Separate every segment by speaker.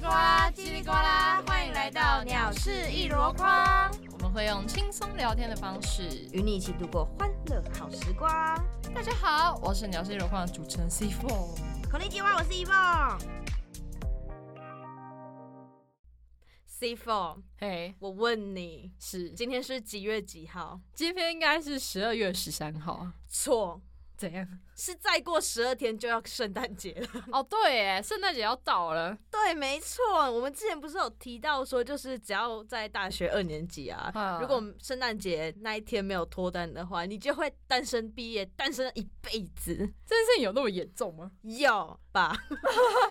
Speaker 1: 叽里呱啦，欢迎来到鸟事一箩筐，
Speaker 2: 我们会用轻松聊天的方式。
Speaker 1: 与你一起度过欢乐好时光。
Speaker 2: 大家好，我是鸟事有框的主持人 C Four。
Speaker 1: 口令计划，我是一梦。C Four，
Speaker 2: 嘿、
Speaker 1: 我问你，
Speaker 2: 是
Speaker 1: 今天是几月几号？
Speaker 2: 今天应该是十二月十三号啊？
Speaker 1: 错，
Speaker 2: 怎样？
Speaker 1: 是再过十二天就要圣诞节了。
Speaker 2: 哦，对，耶，圣诞节要到了。
Speaker 1: 对，没错，我们之前不是有提到说，就是只要在大学二年级啊，
Speaker 2: 啊
Speaker 1: 如果圣诞节那一天没有脱单的话，你就会单身毕业，单身一辈子。
Speaker 2: 这件事情有那么严重吗？
Speaker 1: 有吧？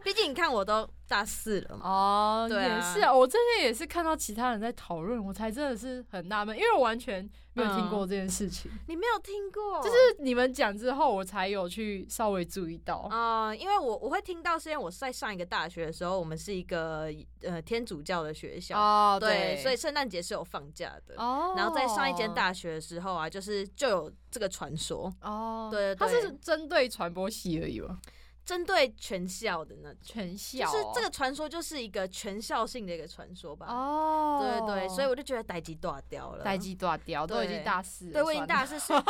Speaker 1: 毕竟你看我都大四了嘛。
Speaker 2: 哦，
Speaker 1: 对啊
Speaker 2: 也是啊。我之前也是看到其他人在讨论，我才真的是很纳闷，因为我完全没有听过这件事情。
Speaker 1: 你没有听过？
Speaker 2: 就是你们讲之后，我才有去稍微注意到。
Speaker 1: 啊、因为我我会听到，是因为我在上一个大学的时候，我们是一个呃天主教的学校，
Speaker 2: 哦
Speaker 1: 对，所以圣诞节是有放假的。
Speaker 2: 哦，
Speaker 1: 然后在上一间大学的时候啊，就是就有这个传说，
Speaker 2: 哦，
Speaker 1: 对对
Speaker 2: 它是针对传播系而已嘛，
Speaker 1: 针对全校的那种，
Speaker 2: 全校
Speaker 1: 就
Speaker 2: 哦、
Speaker 1: 是这个传说就是一个全校性的一个传说吧。
Speaker 2: 哦，
Speaker 1: 对对，所以我就觉得逮鸡断掉了，
Speaker 2: 待机大掉，
Speaker 1: 对
Speaker 2: 都已经大四了，
Speaker 1: 对，我已经
Speaker 2: 算
Speaker 1: 大
Speaker 2: 了
Speaker 1: 四，所以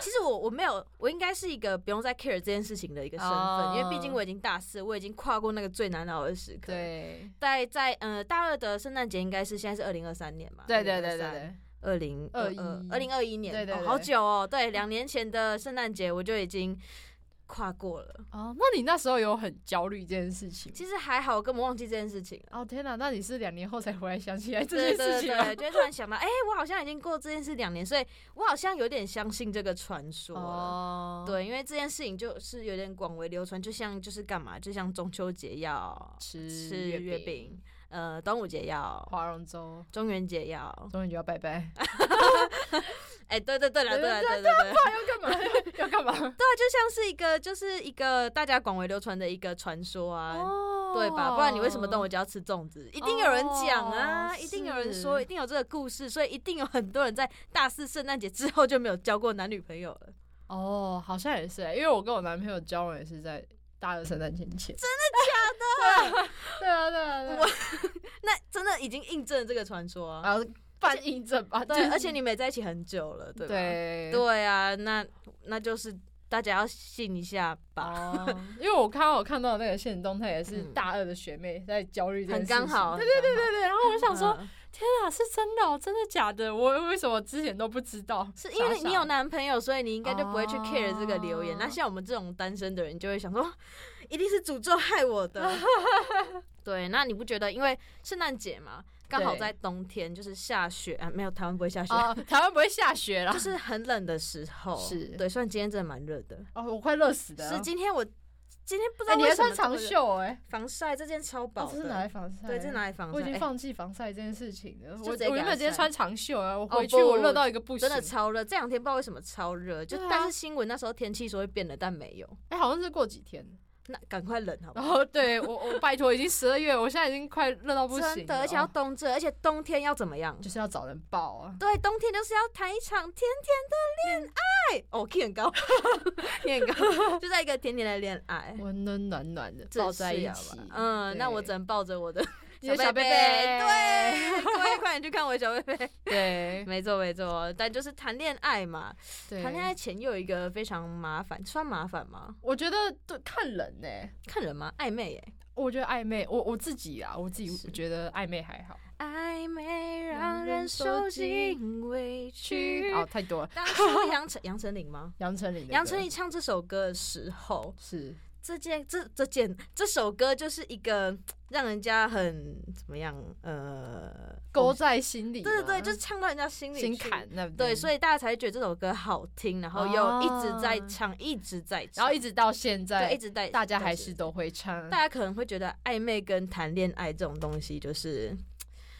Speaker 1: 其实我我没有，我应该是一个不用再 care 这件事情的一个身份，
Speaker 2: 哦
Speaker 1: 因为毕竟我已经大四，我已经跨过那个最难熬的时刻。，
Speaker 2: 对
Speaker 1: 在在呃大二的圣诞节应该是现在是二零二三年嘛？
Speaker 2: 对对对对对，
Speaker 1: 二零二零二一年，
Speaker 2: 对对对
Speaker 1: 哦，好久哦，对，两年前的圣诞节我就已经跨过了。
Speaker 2: 哦，那你那时候有很焦虑这件事情吗？
Speaker 1: 其实还好，我根本忘记这件事情了。
Speaker 2: 哦天哪，那你是两年后才回来想起来这
Speaker 1: 对
Speaker 2: 件
Speaker 1: 对
Speaker 2: 事
Speaker 1: 对
Speaker 2: 情啊吗
Speaker 1: 对，？就会突然想到，哎、我好像已经过这件事两年，所以我好像有点相信这个传说了。
Speaker 2: 哦，
Speaker 1: 对，因为这件事情就是有点广为流传，就像就是干嘛，就像中秋节要
Speaker 2: 吃
Speaker 1: 吃
Speaker 2: 饼、
Speaker 1: 月
Speaker 2: 哦
Speaker 1: 饼，呃，端午节要，
Speaker 2: 划龙 舟，
Speaker 1: 中元节要，
Speaker 2: 终于就要拜拜，
Speaker 1: 哎、对对对啦，对
Speaker 2: 对
Speaker 1: 啦
Speaker 2: 对
Speaker 1: 对对对，对
Speaker 2: 要 干嘛？要干 嘛？
Speaker 1: 啊，就像是一个就是一个大家广为流传的一个传说啊。
Speaker 2: 哦
Speaker 1: 对吧？不然你为什么端午节要吃粽子？一定有人讲啊，
Speaker 2: 哦
Speaker 1: 一定有人
Speaker 2: 是
Speaker 1: 说，一定有这个故事，所以一定有很多人在大四圣诞节之后就没有交过男女朋友了。
Speaker 2: 哦，好像也是、欸，因为我跟我男朋友交往也是在大二圣诞节前。 真的假的？对啊，对啊，对啊，对啊
Speaker 1: 那真的已经印证了这个传说啊。
Speaker 2: 然后办印证吧，呃就
Speaker 1: 对，
Speaker 2: 是
Speaker 1: 而且你们也在一起很久了，对吧？
Speaker 2: 对
Speaker 1: 对啊，那那就是大家要信一下吧，
Speaker 2: 哦，因为我看到我看到那个现实动态也是
Speaker 1: 嗯
Speaker 2: 大二的学妹在焦虑这件
Speaker 1: 很
Speaker 2: 事情，
Speaker 1: 刚好。
Speaker 2: 对
Speaker 1: 对对
Speaker 2: 对
Speaker 1: 对，
Speaker 2: 对，然后我想说，
Speaker 1: 嗯
Speaker 2: 天啊，是真的、哦，真的假的？我为什么之前都不知道？
Speaker 1: 是因为
Speaker 2: 傻傻
Speaker 1: 你有男朋友，所以你应该就不会去
Speaker 2: 哦
Speaker 1: care 这个留言。那像我们这种单身的人，就会想说，一定是诅咒害 我的。对，那你不觉得？因为圣诞节嘛，刚好
Speaker 2: 对
Speaker 1: 在冬天，就是下雪啊，没有台湾不会下雪，
Speaker 2: 哦，台湾不会下雪啦
Speaker 1: 就。是很冷的时候。
Speaker 2: 是
Speaker 1: 对，虽然今天真的蛮热的，
Speaker 2: 哦，我快热死的。
Speaker 1: 是今天我今天不知
Speaker 2: 哎、
Speaker 1: 道
Speaker 2: 你
Speaker 1: 为
Speaker 2: 还
Speaker 1: 什么
Speaker 2: 穿长
Speaker 1: 这么热
Speaker 2: 袖哎、欸？
Speaker 1: 防晒这件超
Speaker 2: 哦
Speaker 1: 薄，
Speaker 2: 这是拿来
Speaker 1: 的，
Speaker 2: 防晒？
Speaker 1: 对，这是拿来防晒。
Speaker 2: 我已经
Speaker 1: 哎
Speaker 2: 放弃防晒这件事情了。
Speaker 1: 就
Speaker 2: 我我
Speaker 1: 直接给
Speaker 2: 原
Speaker 1: 它
Speaker 2: 本今天
Speaker 1: 晒
Speaker 2: 穿长袖啊，我
Speaker 1: 哦
Speaker 2: 回去
Speaker 1: 不
Speaker 2: 我热到一个不行。
Speaker 1: 真的超热，这两天不知道为什么超热，就、
Speaker 2: 对啊
Speaker 1: 但是新闻那时候天气说会变冷，但没有。
Speaker 2: 哎、好像是过几天。
Speaker 1: 那赶快冷好不
Speaker 2: 然
Speaker 1: 好？
Speaker 2: 后对我我拜托，已经十二月，我现在已经快热到不行了。
Speaker 1: 真的，而且要
Speaker 2: 哦
Speaker 1: 冬至，而且冬天要怎么样？
Speaker 2: 就是要找人抱啊。
Speaker 1: 对，冬天就是要谈一场甜
Speaker 2: 嗯
Speaker 1: 甜的恋爱。哦，气很高，气很 高，就在一个甜甜的恋爱，
Speaker 2: 温温暖暖的
Speaker 1: 这
Speaker 2: 抱在
Speaker 1: 是
Speaker 2: 一
Speaker 1: 要吧
Speaker 2: 起。
Speaker 1: 嗯，
Speaker 2: 对
Speaker 1: 那我只能抱着我的
Speaker 2: 你的小
Speaker 1: 贝
Speaker 2: 贝
Speaker 1: 贝。对，各位快点去看我的小贝 贝。
Speaker 2: 对
Speaker 1: 没错没错，但就是谈恋爱嘛，
Speaker 2: 对，
Speaker 1: 谈恋爱，前又有一个非常麻烦，算麻烦吗？
Speaker 2: 我觉得对看人呢、
Speaker 1: 看人吗？暧昧耶、
Speaker 2: 我觉得暧昧，我我自己啊，我自己
Speaker 1: 是
Speaker 2: 觉得暧昧还好。
Speaker 1: 暧昧让
Speaker 2: 让
Speaker 1: 人
Speaker 2: 人
Speaker 1: 受
Speaker 2: 受
Speaker 1: 尽委屈。
Speaker 2: 哦，太多了。
Speaker 1: 当初杨丞杨丞琳吗？
Speaker 2: 杨丞琳的歌，
Speaker 1: 杨丞琳唱这首歌的时候，
Speaker 2: 是
Speaker 1: 这件这这件这首歌就是一个让人家很怎么样？呃，
Speaker 2: 勾在心里嘛。
Speaker 1: 对对对，就是唱到人家心里
Speaker 2: 啊心
Speaker 1: 去
Speaker 2: 坎那边。
Speaker 1: 对，所
Speaker 2: 以
Speaker 1: 以大家才会觉得这首歌好听，然后又
Speaker 2: 哦
Speaker 1: 一直在唱，一直在唱，
Speaker 2: 然后一直到现
Speaker 1: 对
Speaker 2: 在，
Speaker 1: 一直在，
Speaker 2: 大家还
Speaker 1: 一直
Speaker 2: 是
Speaker 1: 在
Speaker 2: 都会唱
Speaker 1: 大。家可能会觉得暧昧跟谈恋爱这种东西就是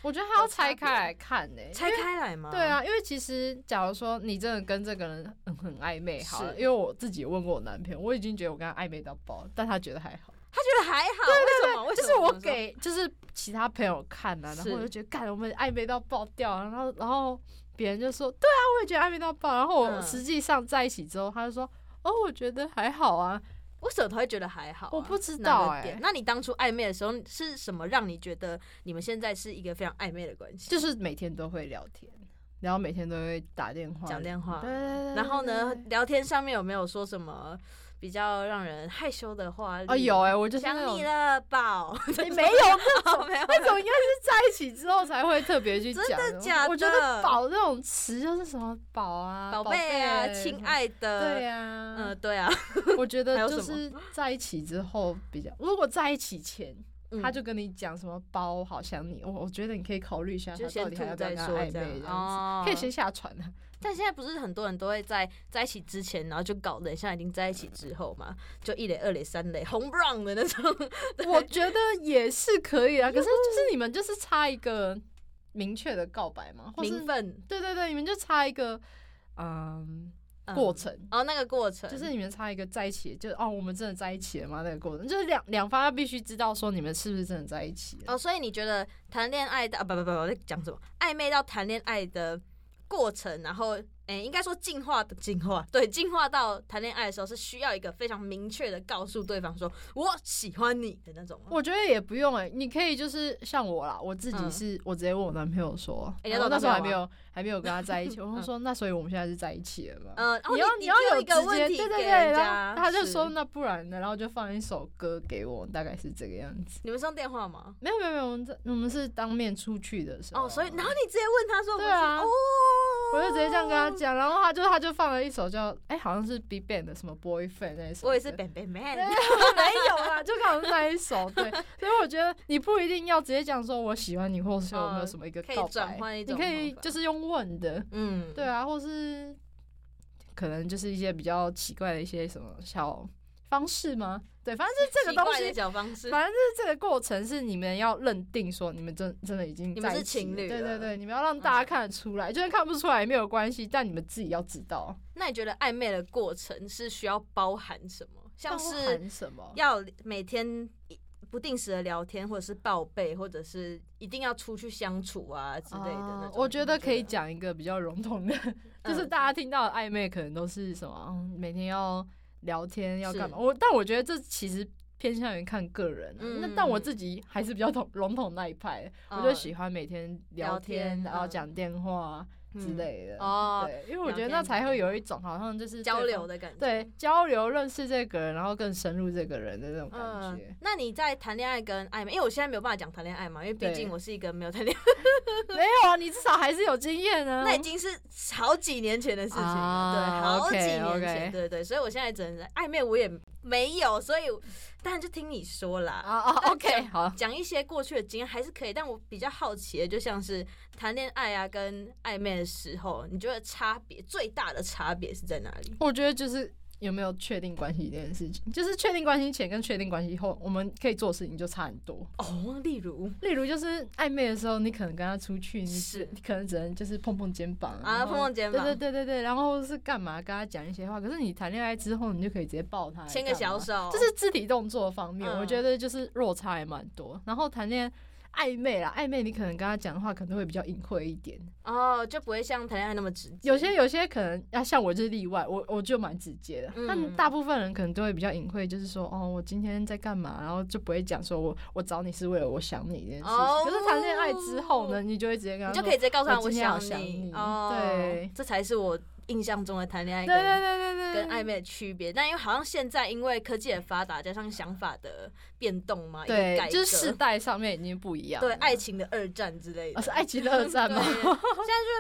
Speaker 2: 我觉得还要拆开来看呢、
Speaker 1: 拆开来嘛，
Speaker 2: 对，啊，因为其实假如说你真的跟这个人很很暧昧，好了，
Speaker 1: 是
Speaker 2: 因为我自己问过我男朋友，我已经觉得我跟他暧昧到爆，但他觉得还好，
Speaker 1: 他觉得还好，为什么？为
Speaker 2: 就
Speaker 1: 什
Speaker 2: 是
Speaker 1: 么
Speaker 2: 我
Speaker 1: 呢
Speaker 2: 给就是其他朋友看啊，然
Speaker 1: 是
Speaker 2: 后我就觉得干，我们暧昧到爆掉啊，然后然后别人就说对啊啊，我也觉得暧昧到爆，然后我
Speaker 1: 嗯
Speaker 2: 实际上在一起之后，他就说哦，我觉得还好啊。
Speaker 1: 为什么会觉得还好啊、
Speaker 2: 我不知
Speaker 1: 哪个
Speaker 2: 道欸
Speaker 1: 点那你当初暧昧的时候是什么让你觉得你们现在是一个非常暧昧的关系？
Speaker 2: 就是每天都会聊天，然后每天都会打电话，
Speaker 1: 讲电话
Speaker 2: 对，对对
Speaker 1: 啊然后呢
Speaker 2: 对对，对
Speaker 1: 聊天上面有没有说什么比较让人害羞的话？
Speaker 2: 哦有哎、我就是那
Speaker 1: 想
Speaker 2: 种啊
Speaker 1: 你了，宝。
Speaker 2: 你 没有
Speaker 1: 哦没有，
Speaker 2: 那种应该是在一起之后才会特别去讲。
Speaker 1: 真的假的
Speaker 2: 我觉得“宝”这种词就是什么“宝”啊，“
Speaker 1: 宝
Speaker 2: 贝
Speaker 1: 贝啊，亲。爱的，
Speaker 2: 对呀、
Speaker 1: 呃，对 啊，
Speaker 2: 我觉
Speaker 1: 还有
Speaker 2: 得
Speaker 1: 什
Speaker 2: 就
Speaker 1: 么
Speaker 2: 是在一起之后比较，如果在一起前、
Speaker 1: 嗯
Speaker 2: 他就跟你讲什么“包”，好想你，我我觉得你可以考虑一下，
Speaker 1: 就
Speaker 2: 他到
Speaker 1: 先
Speaker 2: 底还
Speaker 1: 吐
Speaker 2: 要不要
Speaker 1: 再
Speaker 2: 跟他
Speaker 1: 说
Speaker 2: 暧昧
Speaker 1: 这
Speaker 2: 这样
Speaker 1: 样
Speaker 2: 子，
Speaker 1: 哦
Speaker 2: 可以先下船啊。
Speaker 1: 但现在不是很多人都会在在一起之前，然后就搞得像已经在一起之后嘛，就一垒、二垒、三垒，红 brown 的那种。
Speaker 2: 我觉得也是可以啊，可是就是你们就是差一个明确的告白嘛，或是
Speaker 1: 名分、
Speaker 2: 对对对，你们就差一个嗯
Speaker 1: 嗯
Speaker 2: 过程。
Speaker 1: 哦，那个过程
Speaker 2: 就是你们差一个在一起，就是哦，我们真的在一起了吗？那个过程，就是两两方要必须知道说你们是不是真的在一起了。
Speaker 1: 哦，所以你觉得谈恋爱的啊，不不不，我在讲什么？暧昧到谈恋爱的过程，然后诶、应该说进化的进化，对，进化到谈恋爱的时候是需要一个非常明确的告诉对方说我喜欢你的那种吗。
Speaker 2: 我觉得也不用哎、你可以就是像我啦，我自己
Speaker 1: 嗯
Speaker 2: 是、我直接问我男朋友说，
Speaker 1: 哎
Speaker 2: 然后
Speaker 1: 要找
Speaker 2: 那时候还
Speaker 1: 男
Speaker 2: 没
Speaker 1: 朋友
Speaker 2: 有还没有跟他在一 起，我就说那所以我们现在是在一起了吗？
Speaker 1: 嗯，哦
Speaker 2: 你要
Speaker 1: 你
Speaker 2: 要
Speaker 1: 丢
Speaker 2: 有
Speaker 1: 一个
Speaker 2: 直接
Speaker 1: 问题
Speaker 2: 对对
Speaker 1: 给
Speaker 2: 对，
Speaker 1: 人
Speaker 2: 然
Speaker 1: 家，
Speaker 2: 后他就是说那不然呢，然后就放一首歌给我，大概是这个样子。
Speaker 1: 你们是用电话吗？
Speaker 2: 没有没有没有，我们在我们是当面出去的时候啊，
Speaker 1: 哦，所以然后你直接问他说，
Speaker 2: 对
Speaker 1: 我是
Speaker 2: 啊
Speaker 1: 哦，
Speaker 2: 我就直接这样跟他讲，然后他就他就放了一首叫哎、好像是 Big Bang 的什么 Boyfriend 那一首歌，
Speaker 1: 我也是 b a b y Man，
Speaker 2: 对啊没有啦，就刚好是那一首，对，所以我觉得你不一定要直接讲说我喜欢你，或是有没有什么一个
Speaker 1: 嗯可以
Speaker 2: 告
Speaker 1: 转
Speaker 2: 白，
Speaker 1: 换一
Speaker 2: 你
Speaker 1: 种
Speaker 2: 可以
Speaker 1: 方法
Speaker 2: 就是用问的，
Speaker 1: 嗯，
Speaker 2: 对啊，或是可能就是一些比较奇怪的一些什么小方式吗？对，反正就是这
Speaker 1: 奇
Speaker 2: 个东
Speaker 1: 怪的
Speaker 2: 西，
Speaker 1: 小方式，
Speaker 2: 反正就是这个过程是你们要认定说你们真真的已经
Speaker 1: 你们
Speaker 2: 在
Speaker 1: 是
Speaker 2: 一起
Speaker 1: 情
Speaker 2: 了
Speaker 1: 侣
Speaker 2: 对
Speaker 1: 了嗯
Speaker 2: 对对，你们要让大家看得出来，就算看不出来也没有关系，但你们自己要知道，
Speaker 1: 那你觉得暧昧的过程是需要包含什么？像
Speaker 2: 包
Speaker 1: 是
Speaker 2: 含哦什么？
Speaker 1: 要每天不定时的聊天，或者是报备，或者是一定要出去相处啊之类的那
Speaker 2: 啊
Speaker 1: 种。嗯
Speaker 2: 我觉得
Speaker 1: 你
Speaker 2: 可以，讲一个比较笼统的，就是大家听到的暧昧可能都是什么，嗯每天要聊天要干嘛？
Speaker 1: 是
Speaker 2: 我但我觉得这其实偏向于看个人、啊。那、但我
Speaker 1: 嗯
Speaker 2: 自己还是比较统笼统那一派，我就
Speaker 1: 嗯
Speaker 2: 喜欢每天
Speaker 1: 聊
Speaker 2: 聊天，
Speaker 1: 天
Speaker 2: 然后
Speaker 1: 嗯
Speaker 2: 讲电话
Speaker 1: 嗯
Speaker 2: 之类的。
Speaker 1: 哦
Speaker 2: 对，因为我
Speaker 1: 聊
Speaker 2: 觉得
Speaker 1: 天
Speaker 2: 那才
Speaker 1: 讲
Speaker 2: 会
Speaker 1: 电
Speaker 2: 有
Speaker 1: 话
Speaker 2: 一种好像就是
Speaker 1: 交
Speaker 2: 对
Speaker 1: 流
Speaker 2: 方。
Speaker 1: 的感觉。
Speaker 2: 对，交流认识这个人，然后更深入这个人的那种感
Speaker 1: 嗯
Speaker 2: 觉。，
Speaker 1: 那你在谈恋爱跟暧昧，因为我现在没有办法讲谈恋爱嘛，因为毕
Speaker 2: 对
Speaker 1: 竟我是一个没有谈恋爱，
Speaker 2: 没有啊，你至少还是有经验啊。
Speaker 1: 那已经是好几年前的事情了，对，
Speaker 2: 啊
Speaker 1: 好几年前
Speaker 2: OK，OK
Speaker 1: 对对，所以我现在只能暧昧，我也没有，所以当然就听你说啦，
Speaker 2: 啊啊，OK，好，
Speaker 1: 讲一些过去的经验还是可以，但我比较好奇的，就像是谈恋爱啊，跟暧昧的时候，你觉得差别最大的差别是在哪里？
Speaker 2: 我觉得就是有没有确定关系这件事情，就是确定关系前跟确定关系后，我们可以做的事情就差很多。
Speaker 1: 哦，例如
Speaker 2: 例如就是暧昧的时候，你可能跟他出去，你
Speaker 1: 是
Speaker 2: 只你可能只能就是碰碰肩膀
Speaker 1: 啊，
Speaker 2: 然后
Speaker 1: 碰碰肩膀，
Speaker 2: 对对对对对，然后是干嘛？跟他讲一些话。可是你谈恋爱之后，你就可以直接抱他，
Speaker 1: 牵个小
Speaker 2: 手。
Speaker 1: 手，
Speaker 2: 就是肢体动作方面，
Speaker 1: 哦嗯
Speaker 2: 我觉得就是落差也蛮多。然后谈恋爱暧昧啦，暧昧你可能跟他讲的话可能会比较隐晦一点，
Speaker 1: 哦，就不会像谈恋爱那么直接。
Speaker 2: 有些有些可能啊，像我就是例外，我我就蛮直接的。
Speaker 1: 嗯
Speaker 2: 但大部分人可能都会比较隐晦，就是说哦，我今天在干嘛，然后就不会讲说我我找你是为了我想你这件事情。
Speaker 1: 哦
Speaker 2: 可是谈恋爱之后呢，你就会直接跟他
Speaker 1: 你
Speaker 2: 说
Speaker 1: 就可以直接告诉他
Speaker 2: 我今天
Speaker 1: 想
Speaker 2: 好想你
Speaker 1: 哦，
Speaker 2: 对
Speaker 1: 这才是我印象中的谈恋爱
Speaker 2: 对
Speaker 1: 跟
Speaker 2: 对对对对
Speaker 1: 跟暧昧的区别。但因为好像现在因为科技的发达，加上想法的变动嘛，一个改
Speaker 2: 对，
Speaker 1: 革
Speaker 2: 就是世代上面已经不一样了。
Speaker 1: 对爱情的二战之类
Speaker 2: 啊
Speaker 1: 的
Speaker 2: 是。爱情的二战吗？
Speaker 1: 对现在就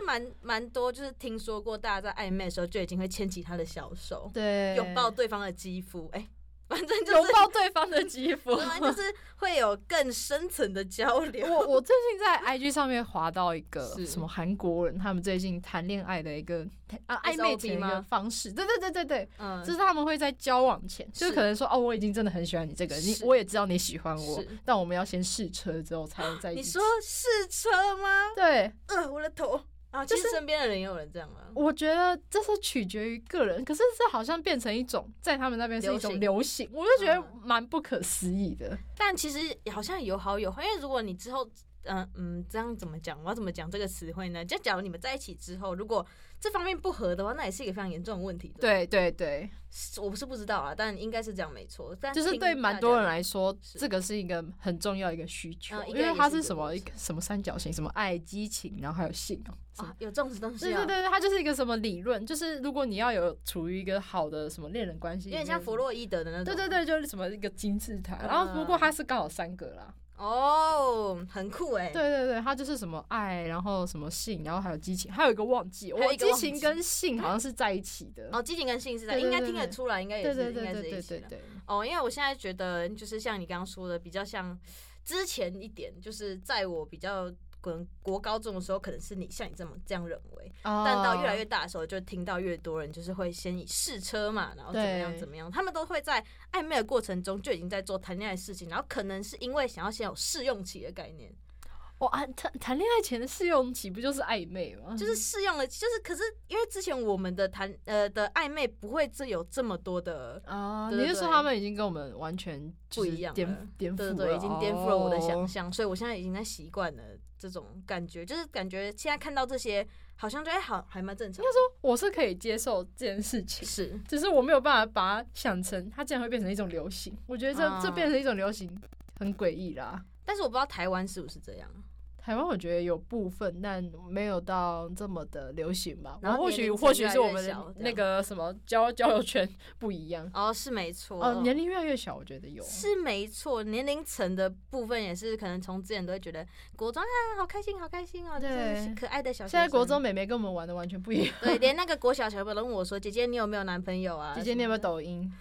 Speaker 1: 是蛮蛮多，就是听说过大家在暧昧的时候就已经会牵起他的小手，
Speaker 2: 对，
Speaker 1: 拥抱对方的肌肤，哎、反正就
Speaker 2: 拥
Speaker 1: 是
Speaker 2: 抱对方的肌肤。
Speaker 1: 反正就是会有更深层的交 流。
Speaker 2: 我我最近 在 IG 上面滑到一个
Speaker 1: 是
Speaker 2: 什么韩国人，他们最近谈恋爱的一个啊暧昧
Speaker 1: SOP
Speaker 2: 前的一
Speaker 1: 吗
Speaker 2: 个方式，对对对对对，
Speaker 1: 嗯，
Speaker 2: 就是他们会在交往前，就是
Speaker 1: 是
Speaker 2: 可能说哦，我已经真的很喜欢你这个人，你
Speaker 1: 是
Speaker 2: 我也知道你喜欢我
Speaker 1: 是，啊
Speaker 2: 但我们要先试车之后才能在一
Speaker 1: 你
Speaker 2: 起。
Speaker 1: 说试车吗？
Speaker 2: 对，
Speaker 1: 呃，我的头啊，其
Speaker 2: 就是
Speaker 1: 实身边的人也有人这样啊。
Speaker 2: 我觉得这是取决于个人，可是这好像变成一种在他们那边是一种流行，
Speaker 1: 嗯
Speaker 2: 我就觉得蛮不可思议的。
Speaker 1: 但其实好像有好有坏，因为如果你之后嗯嗯，这样怎么讲？我要怎么讲这个词汇呢？就假如你们在一起之后，如果这方面不合的话，那也是一个非常严重的问题的。
Speaker 2: 对对对，
Speaker 1: 是，我是不知道啊，但应该是这样没错。但
Speaker 2: 就是
Speaker 1: 听
Speaker 2: 对
Speaker 1: 大
Speaker 2: 蛮
Speaker 1: 家
Speaker 2: 多人来说，
Speaker 1: 是
Speaker 2: 这个是一个很重要一个需求，
Speaker 1: 嗯应
Speaker 2: 因
Speaker 1: 该也
Speaker 2: 为
Speaker 1: 是
Speaker 2: 它
Speaker 1: 一个
Speaker 2: 是什么
Speaker 1: 过
Speaker 2: 一个什么三角形，什么爱、激情，然后还有性哦、什么
Speaker 1: 啊，有这种东西、
Speaker 2: 对
Speaker 1: 啊，
Speaker 2: 对对，它就是一个什么理论，就是如果你要有处于一个好的什么恋人关系，
Speaker 1: 有点像弗
Speaker 2: 洛。
Speaker 1: 洛伊德的那种。
Speaker 2: 对对对，就是什么一个金字塔，
Speaker 1: 嗯
Speaker 2: 然后不过它是刚好三个啦。
Speaker 1: 哦，很酷哎、
Speaker 2: 对对对，它就是什么爱，然后什么性，然后还有激情，还有一个忘记，
Speaker 1: 还有
Speaker 2: 我
Speaker 1: 一个忘
Speaker 2: 激
Speaker 1: 记
Speaker 2: 情跟性好像是在一起的。
Speaker 1: 哦，激情跟性是在，
Speaker 2: 对对
Speaker 1: 应该
Speaker 2: 对
Speaker 1: 听得
Speaker 2: 对
Speaker 1: 出来，应该也
Speaker 2: 对
Speaker 1: 是，
Speaker 2: 对对
Speaker 1: 应该
Speaker 2: 对
Speaker 1: 是一
Speaker 2: 对
Speaker 1: 起
Speaker 2: 对
Speaker 1: 的。
Speaker 2: 对，
Speaker 1: 哦，因为我现在觉得就是像你刚刚说的，比较像之前一点，就是在我比较。滚国高中的时候，可能是你像你这么这样认为，但
Speaker 2: 但
Speaker 1: 到越来越大的时候，就听到越多人就是会先以试车嘛，然后怎么样
Speaker 2: 对
Speaker 1: 怎么样，他们都会在暧昧的过程中就已经在做谈恋爱的事情，然后可能是因为想要先有试用期的概念，
Speaker 2: 嗯哦哇，谈谈恋爱前的试用期不就是暧昧吗？
Speaker 1: 就是试用了，就是可是因为之前我们的谈呃的暧昧不会这有这么多的，
Speaker 2: 啊，
Speaker 1: 对
Speaker 2: 你
Speaker 1: 对
Speaker 2: 是说
Speaker 1: 对
Speaker 2: 他们已经跟我们完全就
Speaker 1: 不
Speaker 2: 是
Speaker 1: 一样了
Speaker 2: 颠颠覆
Speaker 1: 对
Speaker 2: 了？
Speaker 1: 对对，已经颠覆了我的想
Speaker 2: 哦。
Speaker 1: 象，所以我现在已经在习惯了这种感觉，就是感觉现在看到这些好像就哎好还蛮正常的，
Speaker 2: 我是可以接受这件事情，
Speaker 1: 是
Speaker 2: 只是我没有办法把它想成它竟然会变成一种流行。我觉得这、
Speaker 1: 啊
Speaker 2: 这变成一种流行很诡异啦。
Speaker 1: 但是我不知道台湾是不是这样，
Speaker 2: 台湾我觉得有部分，但没有到这么的流行吧。
Speaker 1: 然后
Speaker 2: 我或
Speaker 1: 年
Speaker 2: 许
Speaker 1: 龄层
Speaker 2: 或许
Speaker 1: 越来
Speaker 2: 是我
Speaker 1: 越
Speaker 2: 们
Speaker 1: 小
Speaker 2: 的
Speaker 1: 这
Speaker 2: 那
Speaker 1: 样
Speaker 2: 个什么交交友圈不一样。
Speaker 1: 哦是没错，
Speaker 2: 哦，年龄越来越小，我觉得有。
Speaker 1: 是没错，年龄层的部分也是可能从之前都会觉得国中啊好开心好开心哦，就是
Speaker 2: 对
Speaker 1: 可爱的小学
Speaker 2: 现在国
Speaker 1: 生
Speaker 2: 中妹妹跟我们玩的完全不一样。
Speaker 1: 对连那个国小小朋友都问我说姐姐你有没有男朋友啊，
Speaker 2: 姐姐，你有没
Speaker 1: 什么
Speaker 2: 有
Speaker 1: 的
Speaker 2: 抖音？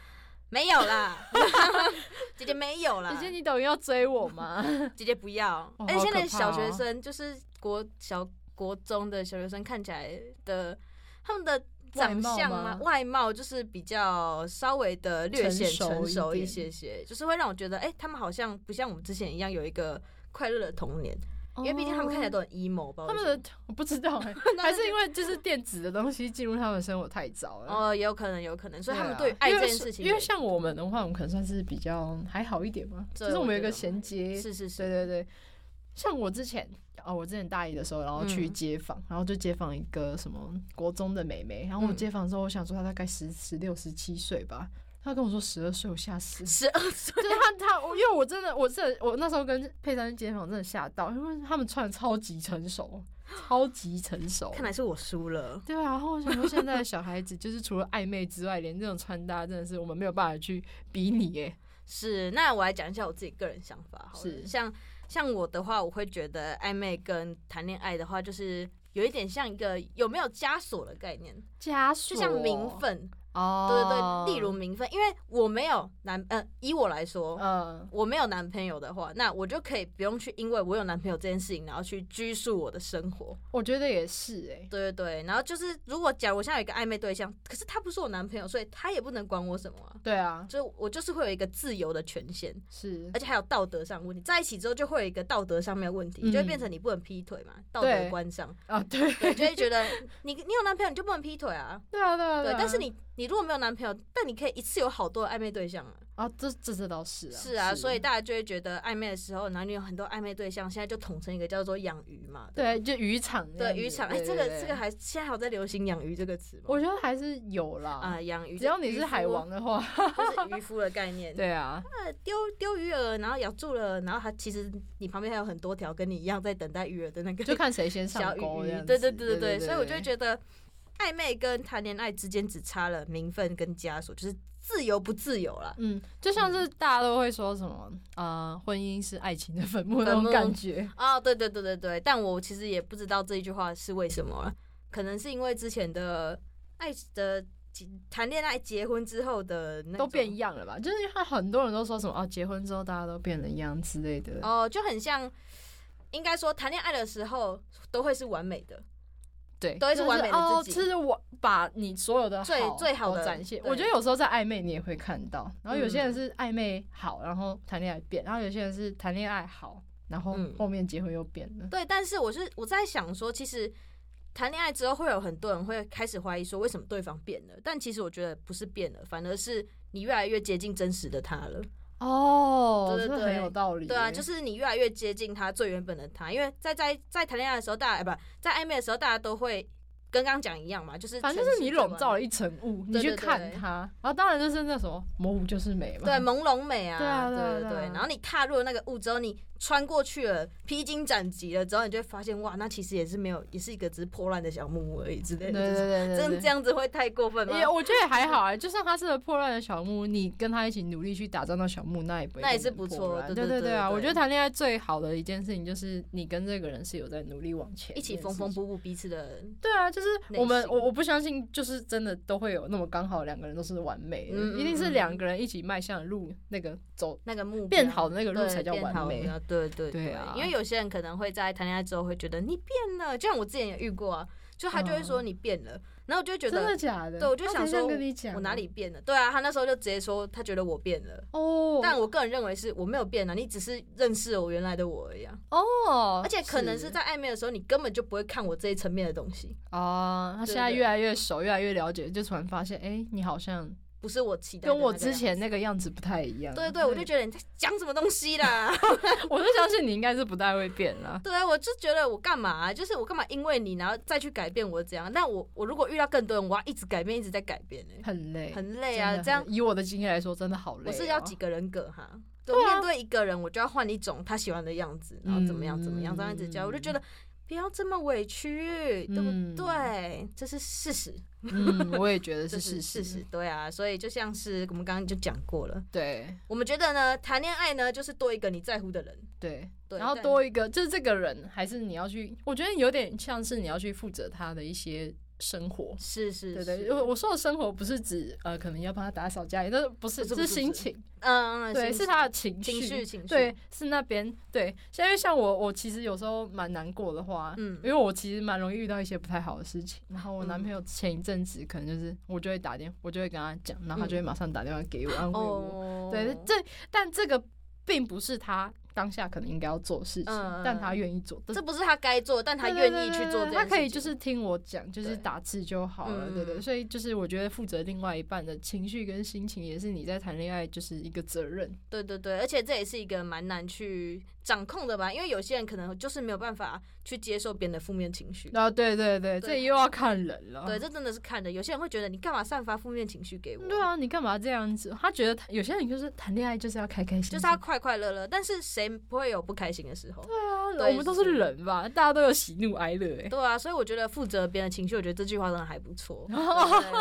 Speaker 1: 没有啦， 姐姐没有啦，
Speaker 2: 姐姐，你抖音要追我吗？
Speaker 1: 姐姐不要。
Speaker 2: 哦
Speaker 1: 而且现在
Speaker 2: 好可怕
Speaker 1: 小
Speaker 2: 哦
Speaker 1: 学生，就是国小国中的小学生，看起来的他们的长相
Speaker 2: 外貌
Speaker 1: 啊
Speaker 2: 吗，
Speaker 1: 外貌就是比较稍微的略显
Speaker 2: 成熟
Speaker 1: 成熟
Speaker 2: 一
Speaker 1: 一
Speaker 2: 点
Speaker 1: 些些，就是会让我觉得，哎、他们好像不像我们之前一样有一个快乐的童年， 因为毕竟他们看起来都很 emo，吧
Speaker 2: 他们的 我不知道 哎、还是因为就是电子的东西进入他们生活太早了。
Speaker 1: 哦，有可能，有可能，所以他们对于
Speaker 2: 啊
Speaker 1: 爱
Speaker 2: 因
Speaker 1: 这
Speaker 2: 为
Speaker 1: 件
Speaker 2: 是
Speaker 1: 事情
Speaker 2: 因为
Speaker 1: 也，
Speaker 2: 像我们的话，我们可能算是比较还好一点嘛，
Speaker 1: 对
Speaker 2: 就是我们有一
Speaker 1: 我觉得
Speaker 2: 个衔接。
Speaker 1: 是是
Speaker 2: 对
Speaker 1: 是，
Speaker 2: 对对，像我之前哦，我之前大一的时候，然后去
Speaker 1: 嗯
Speaker 2: 街访，然后就街访一个什么国中的妹妹，然后我
Speaker 1: 嗯
Speaker 2: 街访的时候，我想说她大概十十六十七岁吧，她跟我说十二岁，我吓死了。
Speaker 1: 十二 岁
Speaker 2: 就是他他，我因为我真的，我真的，我那时候跟佩珊街访真的吓到，因为他们穿的超级成熟，超级成熟。
Speaker 1: 看来是我输了。
Speaker 2: 对啊，然后我想说，现在的小孩子就是除了暧昧之外，连这种穿搭真的是我们没有办法去比拟耶。
Speaker 1: 是，那我来讲一下我自己个人想法好了。
Speaker 2: 是
Speaker 1: 像像我的话，我会觉得暧昧跟谈恋爱的话，就是有一点像一个有没有枷锁的概念，
Speaker 2: 枷锁
Speaker 1: 就像名分，
Speaker 2: 哦，
Speaker 1: 对对对，例如，名分，因为我没有男，呃，以我来说。
Speaker 2: 嗯，
Speaker 1: 我没有男朋友的话，那我就可以不用去因为我有男朋友这件事情，然后去拘束我的生活。
Speaker 2: 我觉得也是哎、
Speaker 1: 对对对，然后就是如果假如我现在有一个暧昧对象，可是他不是我男朋友，所以他也不能管我什么啊。
Speaker 2: 对啊，
Speaker 1: 就我就是会有一个自由的权限。
Speaker 2: 是
Speaker 1: 而，且还有道德上的问题，在一起之后就会有一个道德上面的问题，
Speaker 2: 嗯
Speaker 1: 就会变成你不能劈腿嘛，道德观上，
Speaker 2: 啊，对，
Speaker 1: 对，就会觉得你你有男朋友你就不能劈腿啊，
Speaker 2: 对啊，对啊，
Speaker 1: 对
Speaker 2: 啊，
Speaker 1: 但是你你如果没有男朋友，但你可以一次有好多的暧昧对象啊，
Speaker 2: 啊，这这这倒是啊，
Speaker 1: 是啊，所以大家就会觉得暧昧的时候，然后你有很多暧昧对象，现在就统称一个叫做养鱼嘛，吧
Speaker 2: 对，就渔场这
Speaker 1: 对
Speaker 2: 样子，
Speaker 1: 渔场，哎，
Speaker 2: 对
Speaker 1: 这个
Speaker 2: 对
Speaker 1: 这个还现在还有在流行养鱼这个词吗？
Speaker 2: 我觉得还是有啦，
Speaker 1: 啊，养鱼，
Speaker 2: 只要你是海王，的话，
Speaker 1: 就是渔夫的概念，
Speaker 2: 对啊，
Speaker 1: 呃丢丢鱼饵，然后咬住了，然后它其实你旁边还有很多条跟你一样在等待鱼饵的那个
Speaker 2: 就看谁先
Speaker 1: 小
Speaker 2: 上
Speaker 1: 鱼
Speaker 2: 钩这样
Speaker 1: 鱼，
Speaker 2: 子。
Speaker 1: 对对
Speaker 2: 对
Speaker 1: 对对对，所以我就会
Speaker 2: 得，
Speaker 1: 觉得暧昧跟谈恋爱之间只差了名分跟枷锁，就是自由不自由啦。
Speaker 2: 嗯，就像是大家都会说什么，呃，婚姻是爱情的坟墓那
Speaker 1: 坟墓
Speaker 2: 种感觉。
Speaker 1: 哦，对对对对对，但我其实也不知道这一句话是为什么了，可能是因为之前的爱的谈恋爱结婚之后的那
Speaker 2: 都
Speaker 1: 种
Speaker 2: 变样了吧？就是他很多人都说什么哦，结婚之后大家都变了样之类的。
Speaker 1: 哦，就很像。应该说，谈恋爱的时候都会是完美的，
Speaker 2: 对，
Speaker 1: 都会是
Speaker 2: 就
Speaker 1: 完美的
Speaker 2: 哦，
Speaker 1: 自己
Speaker 2: 就是我把你所有的
Speaker 1: 最最好
Speaker 2: 好
Speaker 1: 的
Speaker 2: 都展现。
Speaker 1: 对
Speaker 2: 我觉得有时候在暧昧你也会看到，然后有些
Speaker 1: 嗯
Speaker 2: 人是暧昧好，然后谈恋爱变，然后有些人是谈恋爱好，然后
Speaker 1: 嗯
Speaker 2: 后面结婚又变了。
Speaker 1: 对。但是我是我在想说，其实谈恋爱之后会有很多人会开始怀疑说，为什么对方变了？但其实我觉得不是变了，反而是你越来越接近真实的他了。
Speaker 2: 哦，
Speaker 1: 对对
Speaker 2: 这
Speaker 1: 对
Speaker 2: 很有道理耶。
Speaker 1: 对啊，就是你越来越接近他最原本的他，因为在在在谈恋爱的时候，大家哎不在暧昧的时候，大家都会跟刚刚讲一样嘛，就是
Speaker 2: 反正
Speaker 1: 全
Speaker 2: 就是
Speaker 1: 心
Speaker 2: 你
Speaker 1: 全
Speaker 2: 笼罩
Speaker 1: 玩
Speaker 2: 了一层雾，你
Speaker 1: 对
Speaker 2: 去
Speaker 1: 对
Speaker 2: 看
Speaker 1: 对
Speaker 2: 它，然后当然就是那什么模糊就是美嘛。
Speaker 1: 对朦胧美啊，
Speaker 2: 对啊对
Speaker 1: 对
Speaker 2: 啊
Speaker 1: 对
Speaker 2: 对啊
Speaker 1: 然后你踏入了那个雾之后，你穿过去了，披荆斩棘了之后，你就会发现哇，那其实也是没有，也是一个只是破烂的小木屋而已之
Speaker 2: 对
Speaker 1: 类的。
Speaker 2: 对
Speaker 1: 就是
Speaker 2: 对对，
Speaker 1: 真
Speaker 2: 对
Speaker 1: 这样子会太过分吗？
Speaker 2: 也我觉得也还好啊，就算它是个破烂的小木屋，你跟他一起努力去打造那小木屋，那也不会
Speaker 1: 那也
Speaker 2: 变
Speaker 1: 是
Speaker 2: 得
Speaker 1: 不
Speaker 2: 破
Speaker 1: 错
Speaker 2: 烂
Speaker 1: 对
Speaker 2: 对
Speaker 1: 对对
Speaker 2: 对啊！
Speaker 1: 对
Speaker 2: 我觉得谈恋爱最好的一件事情就是你跟这个人是有在努力往前，
Speaker 1: 一起缝缝。补补彼此的，
Speaker 2: 对啊，就是
Speaker 1: 内
Speaker 2: 我们
Speaker 1: 心
Speaker 2: 我我不相信，就是真的都会有那么刚好两个人都是完美的，
Speaker 1: 嗯嗯
Speaker 2: 一定是
Speaker 1: 嗯
Speaker 2: 两个人一起迈向路那个走
Speaker 1: 那个目标
Speaker 2: 变好的那个路
Speaker 1: 对
Speaker 2: 才叫
Speaker 1: 变
Speaker 2: 完
Speaker 1: 好
Speaker 2: 美
Speaker 1: 的。对对
Speaker 2: 对啊
Speaker 1: 因为有些人可能会在谈恋爱之后会觉得你变了，就像我之前也遇过啊，就他就会说你变了，然后我就会觉
Speaker 2: 嗯真的
Speaker 1: 得
Speaker 2: 假的？
Speaker 1: 对我就
Speaker 2: 他
Speaker 1: 想
Speaker 2: 才这样
Speaker 1: 说
Speaker 2: 跟你讲，
Speaker 1: 我哪里变了？对啊，他那时候就直接说他觉得我变了。
Speaker 2: 哦，
Speaker 1: 但我个人认为是我没有变啊，你只是认识了我原来的我而已、啊，
Speaker 2: 哦，
Speaker 1: 而且可能是在暧昧的时候，你根本就不会看我这一层面的东西，
Speaker 2: 哦，他
Speaker 1: 对
Speaker 2: 现在
Speaker 1: 对
Speaker 2: 越来越熟，越来越了解，就突然发现，哎、你好像
Speaker 1: 不是我期待的
Speaker 2: 跟我
Speaker 1: 那个
Speaker 2: 之
Speaker 1: 样
Speaker 2: 前那个样子不太一样。
Speaker 1: 子。对对，我就觉得你在讲什么东西啦？
Speaker 2: 得， 我就相信你应该是不太会变啦。
Speaker 1: 对，啊我就觉得我干嘛、啊就是我干嘛因为你，然后再去改变我这样？但我我如果遇到更多人，我要一直改变，一直在改变、欸，
Speaker 2: 很累，
Speaker 1: 很累
Speaker 2: 真的
Speaker 1: 啊。
Speaker 2: 很
Speaker 1: 这样
Speaker 2: 累以我的经验来说，真的好累、哦啊
Speaker 1: 我是要几，个人格哈？对我面对一个人，我就要换一种他喜欢的样子，然后怎么样怎么样，这样一直教，我就觉得不要这么委屈，对
Speaker 2: 嗯
Speaker 1: 不对？这是事实，
Speaker 2: 嗯，我也觉得
Speaker 1: 这
Speaker 2: 是
Speaker 1: 是
Speaker 2: 事
Speaker 1: 事实
Speaker 2: 实。，
Speaker 1: 对啊。所以就像是我们刚刚就讲过了，
Speaker 2: 对
Speaker 1: 我们觉得呢，谈恋爱呢就是多一个你在乎的人，
Speaker 2: 对，
Speaker 1: 对，
Speaker 2: 然后
Speaker 1: 但
Speaker 2: 多一个，就是这个人，还是你要去，我觉得有点像是你要去负责他的一些生活。
Speaker 1: 是是
Speaker 2: 对
Speaker 1: 是，
Speaker 2: 对，我我说的生活不是指呃，可能要帮他打扫家里，但是不是，
Speaker 1: 不是
Speaker 2: 这
Speaker 1: 不
Speaker 2: 是
Speaker 1: 是
Speaker 2: 心
Speaker 1: 不是
Speaker 2: 情。
Speaker 1: 嗯，嗯
Speaker 2: 对，
Speaker 1: 心
Speaker 2: 是
Speaker 1: 情
Speaker 2: 他的情
Speaker 1: 情绪情绪，
Speaker 2: 对，是那边对。像因为像我，我其实有时候蛮难过的话，
Speaker 1: 嗯
Speaker 2: 因为我其实蛮容易遇到一些不太好的事情。然后我男
Speaker 1: 嗯
Speaker 2: 朋友前一阵子可能就是，我就会打电，我就会跟他讲，然后他就会马上打电话给我、安慰我。
Speaker 1: 嗯哦，
Speaker 2: 对，这但这个并不是他当下可能应该要做的事情，
Speaker 1: 嗯嗯
Speaker 2: 但
Speaker 1: 嗯
Speaker 2: 他愿意做，
Speaker 1: 这不是他该做，但他
Speaker 2: 对对
Speaker 1: 愿意
Speaker 2: 对
Speaker 1: 去
Speaker 2: 对
Speaker 1: 做
Speaker 2: 对
Speaker 1: 这件事情，
Speaker 2: 他可以就是听我讲，就是
Speaker 1: 对
Speaker 2: 打字就好了，
Speaker 1: 嗯
Speaker 2: 对对。
Speaker 1: 嗯
Speaker 2: 所以就是我觉得负责另外一半的情绪跟心情，也是你在谈恋爱就是一个责任。
Speaker 1: 对对对，而且这也是一个蛮难去掌控的吧，因为有些人可能就是没有办法去接受别人的负面情绪。
Speaker 2: 啊，对对对，这
Speaker 1: 对
Speaker 2: 又要看人了。
Speaker 1: 对，这真的是看的。有些人会觉得你干嘛散发负面情绪给我？
Speaker 2: 对，啊，你干嘛这样子？他觉得他有些人就是谈恋爱就是要开开心心，
Speaker 1: 就是要快快乐乐，但是谁不会有不开心的时候？
Speaker 2: 对啊，
Speaker 1: 对
Speaker 2: 我们都是人吧，大家都有喜怒哀乐哎。
Speaker 1: 对啊，所以我觉得负责别人的情绪，我觉得这句话真的还 不错。对对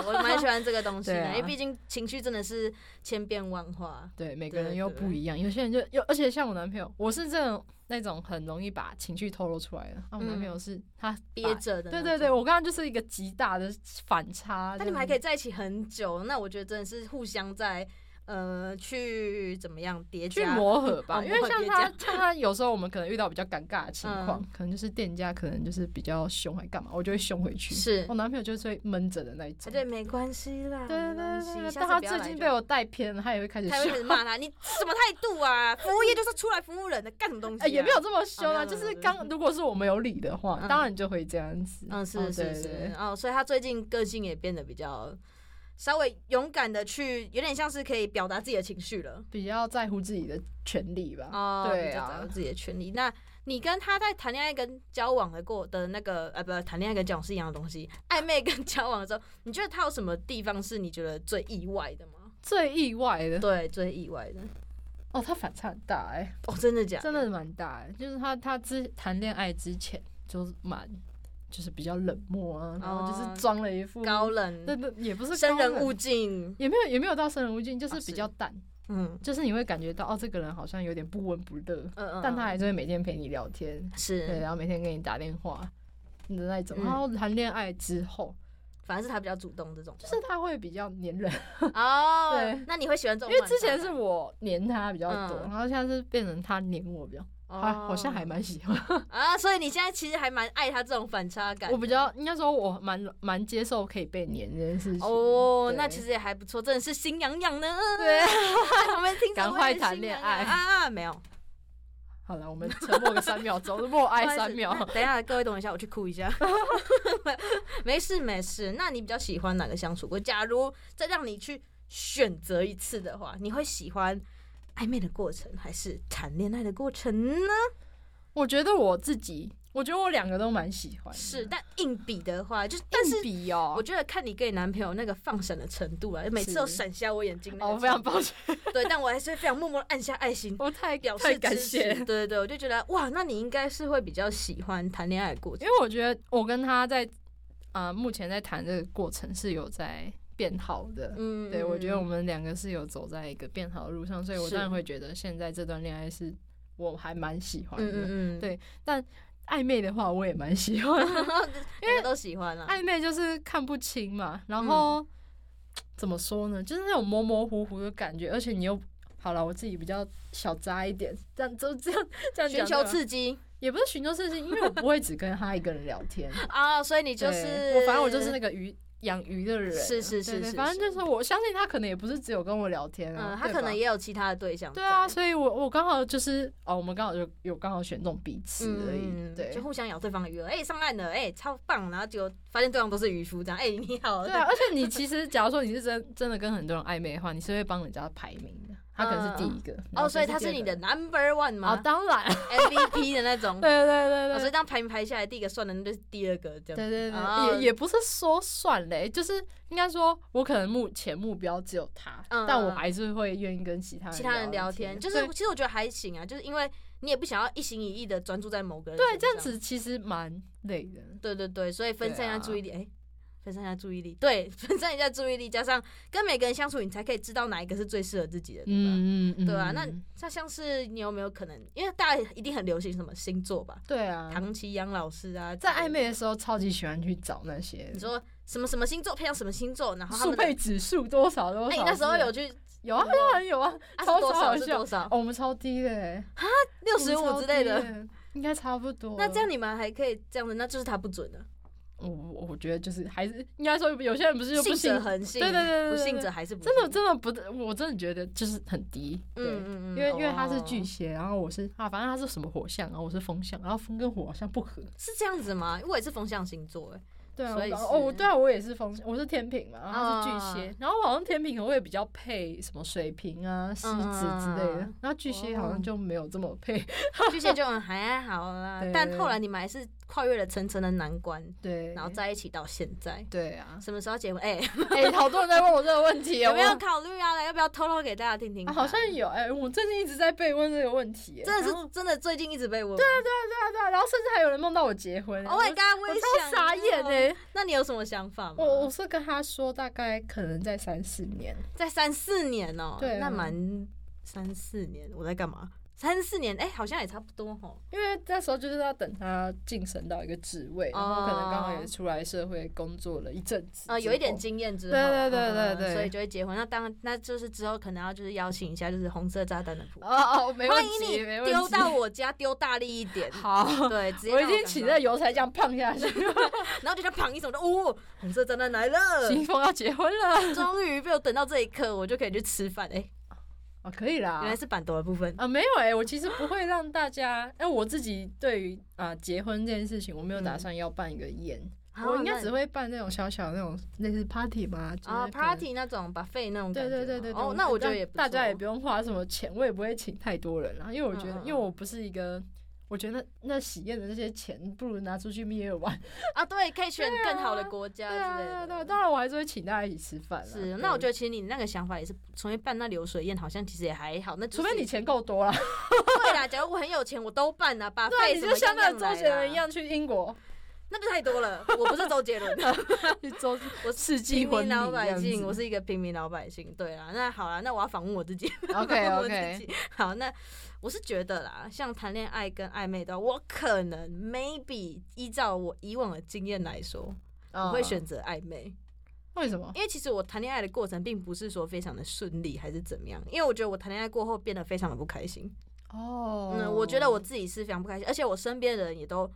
Speaker 1: 我蛮喜欢这个东西
Speaker 2: 对
Speaker 1: 的，
Speaker 2: 啊
Speaker 1: 因为毕竟情绪真的是千变万化。
Speaker 2: 对，每个
Speaker 1: 对
Speaker 2: 人又
Speaker 1: 对
Speaker 2: 不一样，有些人就有，而且像我男朋友，我是这种那种很容易把情绪透露出来的。啊，我男朋友是他把
Speaker 1: 憋着嗯的，
Speaker 2: 对对对，。我刚刚就是一个极大的反差。
Speaker 1: 但你们还可
Speaker 2: 以，
Speaker 1: 以在一起很久，那我觉得真的是互相在呃去怎么样叠
Speaker 2: 去
Speaker 1: 加
Speaker 2: 磨合吧，
Speaker 1: 哦
Speaker 2: 因为
Speaker 1: 磨合
Speaker 2: 像
Speaker 1: 叠
Speaker 2: 他
Speaker 1: 加，
Speaker 2: 像他有时候我们可能遇到比较尴尬的情况，
Speaker 1: 嗯
Speaker 2: 可能就是店家可能就是比较凶还干嘛，我就会凶回去。
Speaker 1: 是
Speaker 2: 我男朋友就是会闷着的那一
Speaker 1: 哎，
Speaker 2: 种。
Speaker 1: 对，没关系啦，
Speaker 2: 对
Speaker 1: 没关系
Speaker 2: 对对，
Speaker 1: 下
Speaker 2: 但
Speaker 1: 次
Speaker 2: 他
Speaker 1: 不要
Speaker 2: 最
Speaker 1: 来
Speaker 2: 近
Speaker 1: 就
Speaker 2: 被
Speaker 1: 好
Speaker 2: 我带偏了，他也会开始
Speaker 1: 他会
Speaker 2: 凶
Speaker 1: 开。始骂他，你什么态度啊？服务业就是出来服务人的，干什么东西、啊？
Speaker 2: 哎，也没有这么凶啊，
Speaker 1: 哦没
Speaker 2: 就
Speaker 1: 有
Speaker 2: 是
Speaker 1: 没有没有
Speaker 2: 刚如果是我们有理的话，
Speaker 1: 嗯
Speaker 2: 当然就会这样子。
Speaker 1: 嗯，
Speaker 2: 哦
Speaker 1: 是
Speaker 2: 对
Speaker 1: 是
Speaker 2: 对
Speaker 1: 是，哦，所以他最近个性也变得比较稍微勇敢的去，有点像是可以表达自己的情绪了。
Speaker 2: 比较在乎自己的权利吧。
Speaker 1: 哦，
Speaker 2: 对
Speaker 1: 比较
Speaker 2: 啊
Speaker 1: 掌握自己的权利。那你跟他在谈恋爱跟交往的过的那个，呃，不，谈恋爱跟交往是一样的东西。暧昧跟 交往的时候，你觉得他有什么地方是你觉得最意外的吗？
Speaker 2: 最意外的
Speaker 1: 对，最意外的。
Speaker 2: 哦，他反差很大哎，
Speaker 1: 哦，真的假的？
Speaker 2: 真的蛮大哎，就是他他之谈恋爱之前就是蛮就是比较冷漠啊，然后就是装了一副
Speaker 1: 哦高，冷，
Speaker 2: 对对，也不是
Speaker 1: 生
Speaker 2: 高
Speaker 1: 人
Speaker 2: 冷
Speaker 1: 勿近。
Speaker 2: 也没有也没有到生人勿近，就
Speaker 1: 哦
Speaker 2: 是
Speaker 1: 是
Speaker 2: 比较淡，
Speaker 1: 嗯
Speaker 2: 就是你会感觉到哦，这个人好像有点不温不热，
Speaker 1: 嗯嗯，
Speaker 2: 但他
Speaker 1: 嗯
Speaker 2: 还是会每天陪你聊天，
Speaker 1: 是
Speaker 2: 对，啊然后每天给你打电话的那一种。
Speaker 1: 嗯
Speaker 2: 然后谈恋爱之后，
Speaker 1: 反而是他比较主动这种，
Speaker 2: 就是他会比较黏人，
Speaker 1: 哦，
Speaker 2: 对
Speaker 1: 那你会喜欢这
Speaker 2: 因为
Speaker 1: 种反差的？
Speaker 2: 之前是我黏他比较多，
Speaker 1: 嗯
Speaker 2: 然后现在是变成他黏我比较，
Speaker 1: 哦
Speaker 2: 还好像还蛮喜欢。
Speaker 1: 啊，所以你现在其实还蛮爱他这种反差感的。
Speaker 2: 我比较应该说，我蛮蛮接受可以被黏这件事情。
Speaker 1: 哦
Speaker 2: 对，
Speaker 1: 那其实也还不错，真的是心痒痒呢。
Speaker 2: 对，
Speaker 1: 我们听
Speaker 2: 赶
Speaker 1: 众
Speaker 2: 快
Speaker 1: 会
Speaker 2: 谈
Speaker 1: 心
Speaker 2: 恋
Speaker 1: 痒痒
Speaker 2: 爱
Speaker 1: 啊啊！没有，
Speaker 2: 好了，我们沉默个三秒钟， 默哀三秒。
Speaker 1: 等一下，各位等我一下，我去哭一下。 没事没事，那你比较喜欢哪个相处过？假如再让你去选择一次的话，你会喜欢暧昧的过程，还是谈恋爱的过程呢？
Speaker 2: 我觉得我自己，我觉得我两个都蛮喜欢的。
Speaker 1: 是，但硬比的话，就是但
Speaker 2: 嗯
Speaker 1: 是
Speaker 2: 硬比哦，
Speaker 1: 我觉得看你跟你男朋友那个放闪的程度啊，每次都闪瞎我眼睛那
Speaker 2: 哦，
Speaker 1: 个程度。
Speaker 2: 我非常抱歉，，
Speaker 1: 对，但我还是非常默默的按下爱心
Speaker 2: 我太
Speaker 1: 表
Speaker 2: 太
Speaker 1: 示
Speaker 2: 感
Speaker 1: 支持
Speaker 2: 谢
Speaker 1: 对对对，我就觉得哇，那你应该是会比较喜欢谈恋爱的过
Speaker 2: 因
Speaker 1: 程。
Speaker 2: 为我觉得我跟他在呃目前在谈这个过程是有在变好的。
Speaker 1: 嗯
Speaker 2: 对，我觉得我们两个是有走在一个变好的路上，所以我
Speaker 1: 是
Speaker 2: 当然会觉得现在这段恋爱是我还蛮喜欢
Speaker 1: 嗯
Speaker 2: 的。
Speaker 1: 嗯嗯，
Speaker 2: 对暧昧的话，我也蛮喜欢。
Speaker 1: 因为都喜欢了。
Speaker 2: 暧昧就是看不清嘛，然后、
Speaker 1: 嗯
Speaker 2: 怎么说呢，就是那种模模糊糊的感觉，而且你又好了，我自己比较小渣一点，这样就这样这样
Speaker 1: 寻
Speaker 2: 讲
Speaker 1: 求
Speaker 2: 对吧
Speaker 1: 刺激
Speaker 2: 也不是寻求刺激，因为我不会只跟他一个人聊 天，
Speaker 1: 啊，所以你就
Speaker 2: 对
Speaker 1: 是
Speaker 2: 我，反正我就是那个鱼养鱼的人啊，
Speaker 1: 是是是
Speaker 2: 对对
Speaker 1: 是是
Speaker 2: 反正就是我相信他可能也不是只有跟我聊天啊，
Speaker 1: 嗯，他
Speaker 2: 对
Speaker 1: 可
Speaker 2: 吧
Speaker 1: 能也有其他的对象在。
Speaker 2: 对啊，所以我我刚好就是哦，我们刚好就有刚好选中彼此而已，
Speaker 1: 嗯，
Speaker 2: 对
Speaker 1: 就。互相咬对方的鱼饵，哎、上岸了，哎、超棒，然后结果发现对方都是渔夫，这样，哎、你好，
Speaker 2: 对啊，而且你其实，假如说你是真真的跟很多人暧昧的话，你是会帮人家排名的，他可能是第一个，然后
Speaker 1: 哦，所以
Speaker 2: 谁
Speaker 1: 他是
Speaker 2: 第
Speaker 1: 你
Speaker 2: 二
Speaker 1: 的
Speaker 2: 个
Speaker 1: number one
Speaker 2: 哦，
Speaker 1: 吗、
Speaker 2: 当然，
Speaker 1: m v p 的那种，
Speaker 2: 对对对
Speaker 1: 哦所
Speaker 2: 对
Speaker 1: 以这样排名排下来，第一个算的那就是第二个，这样，
Speaker 2: 对对对，
Speaker 1: 哦
Speaker 2: 也也不是说算嘞，就是应该说，我可能目前目标只有他，
Speaker 1: 嗯
Speaker 2: 但我还是会愿意跟其他
Speaker 1: 其他人聊天，
Speaker 2: 天，
Speaker 1: 就
Speaker 2: 对
Speaker 1: 是其实我觉得还行啊，就是因为你也不想要一心一意的专注在某个人，
Speaker 2: 对这样，子其实蛮累的，
Speaker 1: 对对对，所以分散一下
Speaker 2: 对啊
Speaker 1: 注意力，哎、分散一下注意力，对， 分散一下注意力，加上跟每个人相处，你才可以知道哪一个是最适合自己的，对吧？
Speaker 2: 嗯嗯嗯，
Speaker 1: 对啊，那
Speaker 2: 嗯
Speaker 1: 那像是你有没有可能，因为大家一定很流行什么星座吧？
Speaker 2: 对啊，
Speaker 1: 唐奇阳老师啊，
Speaker 2: 在暧，昧的时候超级喜欢去找那些
Speaker 1: 你说什么什么星座配上什么星座，然后他
Speaker 2: 速
Speaker 1: 们的
Speaker 2: 配指数多少多
Speaker 1: 哎，
Speaker 2: 少，
Speaker 1: 你那时候有去
Speaker 2: 有啊，当然有啊，
Speaker 1: 啊
Speaker 2: 超
Speaker 1: 是多
Speaker 2: 超
Speaker 1: 少
Speaker 2: 好
Speaker 1: 是
Speaker 2: 笑
Speaker 1: 多少？
Speaker 2: 哦我们超低的欸，
Speaker 1: 六十五之类
Speaker 2: 我们
Speaker 1: 的。
Speaker 2: 超低哦欸，应该差不多。
Speaker 1: 那这样你们还可以这样子，那就是他不准了。
Speaker 2: 我，我我觉得就是还是应该说有些人不是就不
Speaker 1: 信
Speaker 2: 信
Speaker 1: 者，恒信，
Speaker 2: 对对对对
Speaker 1: 不
Speaker 2: 对
Speaker 1: 信者还是不信
Speaker 2: 真的真的不，我真的觉得就是很低，对。
Speaker 1: 嗯嗯嗯，
Speaker 2: 因为因为他是
Speaker 1: 哦
Speaker 2: 巨蟹，然后我是啊，反正他是什么火象，然后我是风象，然后风跟火好像不合。
Speaker 1: 是这样子吗？我也是风象星座 哎，
Speaker 2: 对啊，
Speaker 1: 所以
Speaker 2: 我
Speaker 1: 是
Speaker 2: 哦，我对啊，我也是啊风，我是天平嘛，然后他是巨蟹，然后我好像天平我也比较配什么水瓶啊、狮子之类的
Speaker 1: 嗯，
Speaker 2: 然后巨蟹好像就没有这么配。
Speaker 1: 巨蟹就嗯还好啦
Speaker 2: 对，
Speaker 1: 但后来你们还是跨越了层层的难关，
Speaker 2: 对，
Speaker 1: 然后在一起到现在。
Speaker 2: 对啊，
Speaker 1: 什么时候结婚？哎、
Speaker 2: 哎，好多人在问我这个问 题，
Speaker 1: 有没有
Speaker 2: 我
Speaker 1: 考虑啊？来，要不要透露给大家听听
Speaker 2: 啊，
Speaker 1: 看、
Speaker 2: 哦好像有哎、我最近一直在被问这个问题、哎
Speaker 1: 真的
Speaker 2: 然后
Speaker 1: 是真的，最近一直被问。对啊对
Speaker 2: 对啊对啊，然后甚至还有人梦到我结婚、哎
Speaker 1: ，Oh my
Speaker 2: 我
Speaker 1: god，我
Speaker 2: 我
Speaker 1: 也
Speaker 2: 超
Speaker 1: 想
Speaker 2: 傻眼
Speaker 1: 要
Speaker 2: 哎、
Speaker 1: 那你有什么想法吗？
Speaker 2: 我我是跟他说大概可能在三四年，
Speaker 1: 在三四年哦、
Speaker 2: 对啊
Speaker 1: 那蛮三四年，我在干嘛？三四年，哎、好像也差不多哦吼。
Speaker 2: 因为那时候就是要等他晋升到一个职位，然后可能刚好也出来社会工作了一阵子之后，
Speaker 1: 呃，哦有一点经验之后，
Speaker 2: 对对对对
Speaker 1: 嗯
Speaker 2: 对
Speaker 1: 所以就会结婚。那当那就是之后可能要就是邀请一下，就是红色炸弹的谱，
Speaker 2: 哦哦，没
Speaker 1: 欢
Speaker 2: 问
Speaker 1: 迎
Speaker 2: 题，没
Speaker 1: 你
Speaker 2: 问题，
Speaker 1: 丢到我家，丢大力一点。
Speaker 2: 好，
Speaker 1: 对，直接
Speaker 2: 我已
Speaker 1: 让
Speaker 2: 经
Speaker 1: 感
Speaker 2: 起
Speaker 1: 到
Speaker 2: 了油才这样胖下 去，
Speaker 1: 然后就像砰一声，我就哦，红色炸弹来了，
Speaker 2: 新风要结婚了，
Speaker 1: 终于被我等到这一刻，我就可以去吃饭。哎、
Speaker 2: 哦，可以啦，
Speaker 1: 原来是板头的部分。
Speaker 2: 啊，没有哎、我其实不会让大家，哎、我自己对于啊、结婚这件事情，我没有打
Speaker 1: 嗯
Speaker 2: 算要办一个宴，
Speaker 1: 好
Speaker 2: 我应该
Speaker 1: 那哦
Speaker 2: 只会办那种小小那种类似 party 吧，就是
Speaker 1: 啊
Speaker 2: 可能
Speaker 1: party 那种 buffet 那种
Speaker 2: 对
Speaker 1: 感觉
Speaker 2: 对
Speaker 1: 吗
Speaker 2: 对对对，
Speaker 1: 哦，那我觉得
Speaker 2: 但
Speaker 1: 也不
Speaker 2: 大家也
Speaker 1: 错嗯
Speaker 2: 不用花什么钱，我也不会请太多人啊，因为我觉得，
Speaker 1: 嗯嗯嗯
Speaker 2: 因为我不是一个。我觉得那那喜宴的那些钱，不如拿出去蜜月玩。
Speaker 1: 啊，对，可以选
Speaker 2: 对啊
Speaker 1: 更好的国
Speaker 2: 对
Speaker 1: 家
Speaker 2: 啊，
Speaker 1: 之
Speaker 2: 对啊，
Speaker 1: 类
Speaker 2: 对啊
Speaker 1: 的。
Speaker 2: 当然我还是会请大家一起吃饭啦。
Speaker 1: 是，那我觉
Speaker 2: 得，
Speaker 1: 得其实你那个想法也是不错，因为办那流水宴好像其实也还好。那就
Speaker 2: 除非
Speaker 1: 是
Speaker 2: 你钱够多啦，
Speaker 1: 对啦，假如我很有钱，我都办啊，把
Speaker 2: 对啊，
Speaker 1: 费
Speaker 2: 你就像那个周杰伦一
Speaker 1: 样，
Speaker 2: 样去英 国，
Speaker 1: 啊那就太多了。我不是周杰伦，啊
Speaker 2: 去周
Speaker 1: 我
Speaker 2: 世纪
Speaker 1: 平
Speaker 2: 婚
Speaker 1: 民
Speaker 2: 礼
Speaker 1: 老
Speaker 2: 这
Speaker 1: 百
Speaker 2: 样
Speaker 1: 姓，
Speaker 2: 子
Speaker 1: 我是一个平民老百姓。对啊，那好啦，那我要访问我自己。
Speaker 2: OK
Speaker 1: 我
Speaker 2: OK，
Speaker 1: 自己好，那我是觉得啦，像谈恋爱跟暧昧的话，我可能 maybe 依照我以往的经验来说，我
Speaker 2: 我
Speaker 1: 会选择暧昧，
Speaker 2: 嗯为什么？
Speaker 1: 因为其实我谈恋爱的过程并不是说非常的顺利还是怎么样，因为我觉得我谈恋爱过后变得非常的不开心。
Speaker 2: 哦
Speaker 1: 嗯，我觉得我自己是非常不开心，而且我身边的人也都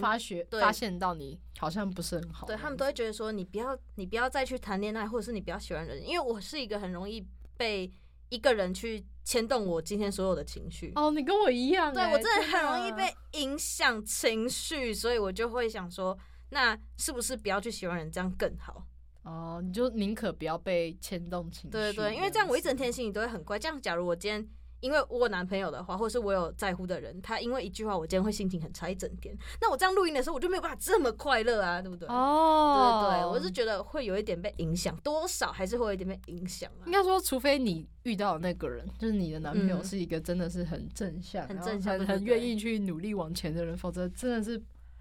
Speaker 2: 发觉
Speaker 1: 对
Speaker 2: 发现到你好像不是很好，
Speaker 1: 对他们都会觉得说，你不要，你不要再去谈恋爱，或者是你不要喜欢人，因为我是一个很容易被一个人去牵动我今天所有的情绪。
Speaker 2: 哦，你跟我一样欸，
Speaker 1: 对我真的很
Speaker 2: 天哪
Speaker 1: 容易被影响情绪，所以我就会想说，那是不是不要去喜欢人，这样更好？
Speaker 2: 哦，你就宁可不要被牵动情绪，
Speaker 1: 对对对，因为这样我一整
Speaker 2: 子
Speaker 1: 天心情都会很怪。这样，假如我今天因为我有男朋友的话，或者是我有在乎的人，他因为一句话，我今天会心情很差一整天。那我这样录音的时候，我就没有办法这么快乐啊，对不对？
Speaker 2: 哦，
Speaker 1: 对对，我是觉得会有一点被影响，多少还是会有一点被影响啊
Speaker 2: 应。该说，除非你遇到的那个人，就是你的男朋友
Speaker 1: 嗯
Speaker 2: 是一个真的是很正向、
Speaker 1: 很
Speaker 2: 然后
Speaker 1: 正向
Speaker 2: 很
Speaker 1: 对
Speaker 2: 很
Speaker 1: 对
Speaker 2: 愿
Speaker 1: 对
Speaker 2: 意去努力往前的人，否则真的是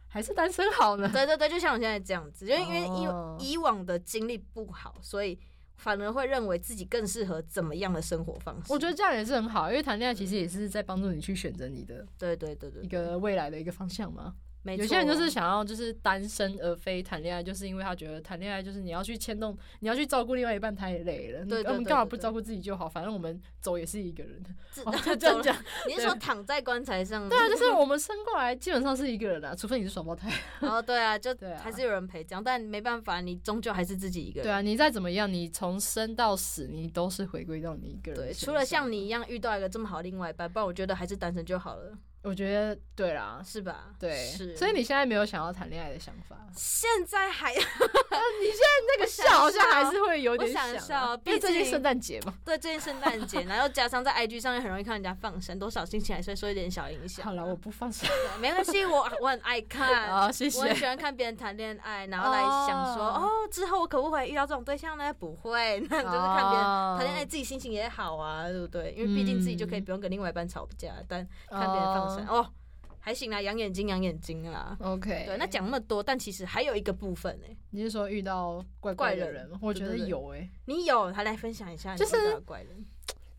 Speaker 2: 还是单身好呢。
Speaker 1: 对对对，就像我现在这样子，因为因为以、
Speaker 2: 哦
Speaker 1: 以往的经历不好，所以反而会认为自己更适合怎么样的生活方式。
Speaker 2: 我觉得这样也是很好，因为谈恋爱其实也是在帮助你去选择你的
Speaker 1: 对对对嗯对，
Speaker 2: 一
Speaker 1: 对
Speaker 2: 个未来的一个方向嘛。
Speaker 1: 没错
Speaker 2: 有些人就是想要就是单身而非谈恋爱，就是因为他觉得谈恋爱就是你要去牵动，你要去照顾另外一半太累了。
Speaker 1: 对对
Speaker 2: 我们
Speaker 1: 对
Speaker 2: 干嘛
Speaker 1: 对
Speaker 2: 不
Speaker 1: 对
Speaker 2: 照顾自己就好？反正我们走也是一个 人。
Speaker 1: 自，
Speaker 2: 哦就这样讲，
Speaker 1: 你是说躺在棺材上？
Speaker 2: 对啊，就是我们生过来基本上是一个人啊，除非你是双胞胎。
Speaker 1: 哦，对啊，就
Speaker 2: 对啊
Speaker 1: 还是有人陪这样，但没办法，你终究还是自己一个人。
Speaker 2: 对啊，你再怎么样，你从生到死，你都是回归到你一个人。
Speaker 1: 对，除了像你，一样遇到一个这么好的另外一半，不然我觉得还是单身就好了，
Speaker 2: 我觉得对啦，
Speaker 1: 是吧？
Speaker 2: 对，
Speaker 1: 是。
Speaker 2: 所以你现在没有想要谈恋爱的想法。
Speaker 1: 现在还
Speaker 2: 那个
Speaker 1: 我
Speaker 2: 笑
Speaker 1: 想一下
Speaker 2: 好像还是会有点
Speaker 1: 我想一
Speaker 2: 啊
Speaker 1: 下哦
Speaker 2: 因为
Speaker 1: 毕
Speaker 2: 最近
Speaker 1: 竟
Speaker 2: 圣诞节嘛。
Speaker 1: 对最近圣诞节，然后加上在 IG 上面很容易看人家放生，多少心情还是会受一点小影响。
Speaker 2: 好了，我不 放手。
Speaker 1: 对没关系，我我很 爱看。
Speaker 2: 好，谢
Speaker 1: 我很
Speaker 2: 谢。
Speaker 1: 喜欢看别人谈恋爱，然后来想说，
Speaker 2: 哦
Speaker 1: 哦之后我可不可以遇到这种对象呢？不会， 那就是看别
Speaker 2: 哦
Speaker 1: 人谈恋爱，自己心情也好啊，对不对？因为毕竟自己就可
Speaker 2: 嗯
Speaker 1: 以不用跟另外一半吵架，但看别人放生
Speaker 2: 哦。
Speaker 1: 哦，还行啦，养眼睛养眼睛啦。
Speaker 2: OK，
Speaker 1: 对，那讲那么多，但其实还有一个部分呢、欸
Speaker 2: 你是说遇到怪怪的人吗？我觉得
Speaker 1: 对对对
Speaker 2: 有欸诶、
Speaker 1: 你有，还来分享一下你
Speaker 2: 就是
Speaker 1: 遇到的怪人。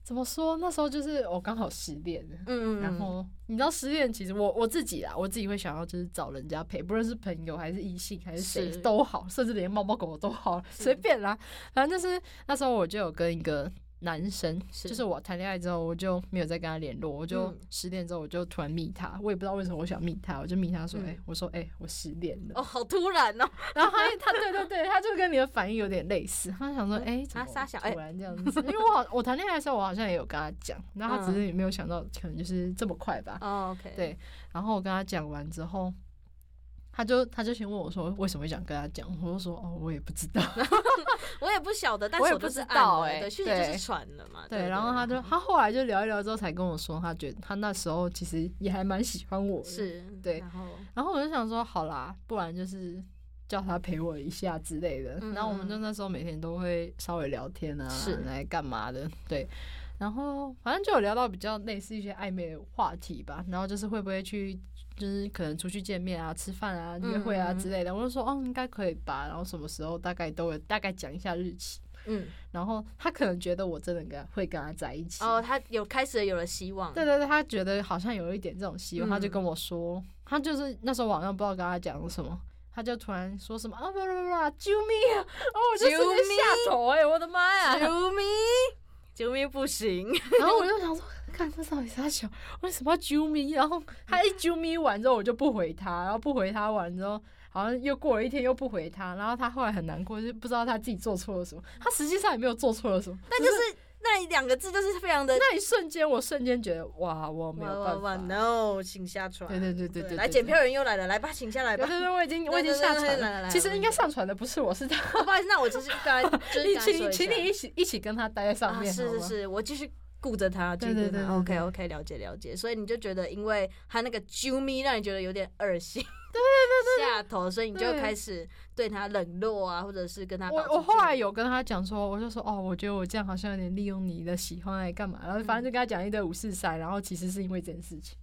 Speaker 2: 怎么说？那时候就是我刚好失恋了，
Speaker 1: 嗯嗯，
Speaker 2: 然后你知道失恋，其实我我自己啦，啊我自己会想要就是找人家陪，不论是朋友还是异性还是谁
Speaker 1: 是
Speaker 2: 都好，甚至连猫猫狗狗都好，
Speaker 1: 是
Speaker 2: 随便啦。反正就是那时候我就有跟一个男生，
Speaker 1: 是
Speaker 2: 就是我谈恋爱之后我就没有再跟他联络，我就
Speaker 1: 嗯
Speaker 2: 失恋之后我就突然密他，我也不知道为什么我想密他，我就密他说，哎、
Speaker 1: 嗯
Speaker 2: 我说哎、我失恋了，
Speaker 1: 哦，好突然哦，
Speaker 2: 然后他他对对对，他就跟你的反应有点类似，他想说，哎、怎么
Speaker 1: 嗯傻小
Speaker 2: 突然 这样子？因为我好我谈恋爱的时候，我好像也有跟他讲，然后他
Speaker 1: 嗯
Speaker 2: 只是也没有想到，可能就是这么快吧。
Speaker 1: 哦，OK，
Speaker 2: 对然后我跟他讲完之后，他就他就先问我说，为什么想跟他讲？我就说，哦，我也不知道。
Speaker 1: 我也不晓得，但
Speaker 2: 我也
Speaker 1: 手
Speaker 2: 不
Speaker 1: 就
Speaker 2: 知
Speaker 1: 是
Speaker 2: 道
Speaker 1: 按了
Speaker 2: 欸
Speaker 1: 对，讯息
Speaker 2: 对
Speaker 1: 就是传了嘛。
Speaker 2: 对，然后他就他后来就聊一聊之后，才跟我说，他觉得他那时候其实也还蛮喜欢我的。。
Speaker 1: 是，
Speaker 2: 对
Speaker 1: 然后
Speaker 2: 然后我就想说，好啦，不然就是。叫他陪我一下之类的，
Speaker 1: 嗯
Speaker 2: 然后我们就那时候每天都会稍微聊天啊，
Speaker 1: 是
Speaker 2: 来干嘛的，对。然后反正就有聊到比较类似一些暧昧的话题吧，然后就是会不会去，就是可能出去见面啊、吃饭啊、
Speaker 1: 嗯
Speaker 2: 约会啊
Speaker 1: 嗯
Speaker 2: 之类的。我就说，哦，应该可以吧。然后什么时候大概都有大概讲一下日期。
Speaker 1: 嗯，
Speaker 2: 然后他可能觉得我真的跟他会跟他在一起，
Speaker 1: 哦，他有开始有了希望，
Speaker 2: 对对对，他觉得好像有一点这种希望，
Speaker 1: 嗯
Speaker 2: 他就跟我说，他就是那时候晚上不知道跟他讲什么，他就突然说什么啊不不不，救命啊！哦，我就直
Speaker 1: 啾咪
Speaker 2: 接下头哎、我的妈呀！
Speaker 1: 啾咪，啾咪 不行，
Speaker 2: 然后我就想说，看这到底啥小，为什么要啾咪？然后他一啾咪完之后，我就不回他，然后不回他完之后，好像又过了一天又不回他，然后他后来很难过，就不知道他自己做错了什么，他实际上也没有做错了什么，
Speaker 1: 但
Speaker 2: 只
Speaker 1: 就是那两个字就是非常的
Speaker 2: 那一瞬间，我瞬间觉得哇，我没
Speaker 1: 哇
Speaker 2: 有
Speaker 1: 哇
Speaker 2: 办
Speaker 1: 哇
Speaker 2: 法。
Speaker 1: ，no，请下船。
Speaker 2: 对对对对对，
Speaker 1: 来
Speaker 2: 对
Speaker 1: 检
Speaker 2: 对
Speaker 1: 票人又来了，来吧，请下来吧
Speaker 2: 对。对对，我已经我已经
Speaker 1: 对对对
Speaker 2: 下
Speaker 1: 对
Speaker 2: 传
Speaker 1: 来来
Speaker 2: 了。
Speaker 1: 来
Speaker 2: 其实
Speaker 1: 我
Speaker 2: 应
Speaker 1: 们
Speaker 2: 该上传的不是我，是他。
Speaker 1: 哦不好意思，那我就是刚才就是
Speaker 2: 你
Speaker 1: 刚才
Speaker 2: 请
Speaker 1: 说
Speaker 2: 你
Speaker 1: 一
Speaker 2: 请
Speaker 1: 下
Speaker 2: 你一起一起跟他待在上
Speaker 1: 啊，
Speaker 2: 面，
Speaker 1: 是
Speaker 2: 好
Speaker 1: 是
Speaker 2: 吗？
Speaker 1: 是，我继续顾着他，继
Speaker 2: 对
Speaker 1: 续
Speaker 2: 对
Speaker 1: 顾着
Speaker 2: 对
Speaker 1: 他。
Speaker 2: 对
Speaker 1: OK OK，了解了解。所以你就觉得，因为他那个啾咪让你觉得有点恶心，对对对下头，所以你就
Speaker 2: 对
Speaker 1: 开始对他冷落啊，或者是跟他保
Speaker 2: 我
Speaker 1: 持距离。
Speaker 2: 我后来有跟他讲说，我就说哦，我觉得我这样好像有点利用你的喜欢来干嘛，然后反正就跟他讲一堆五四三，然后其实是因为这件事情。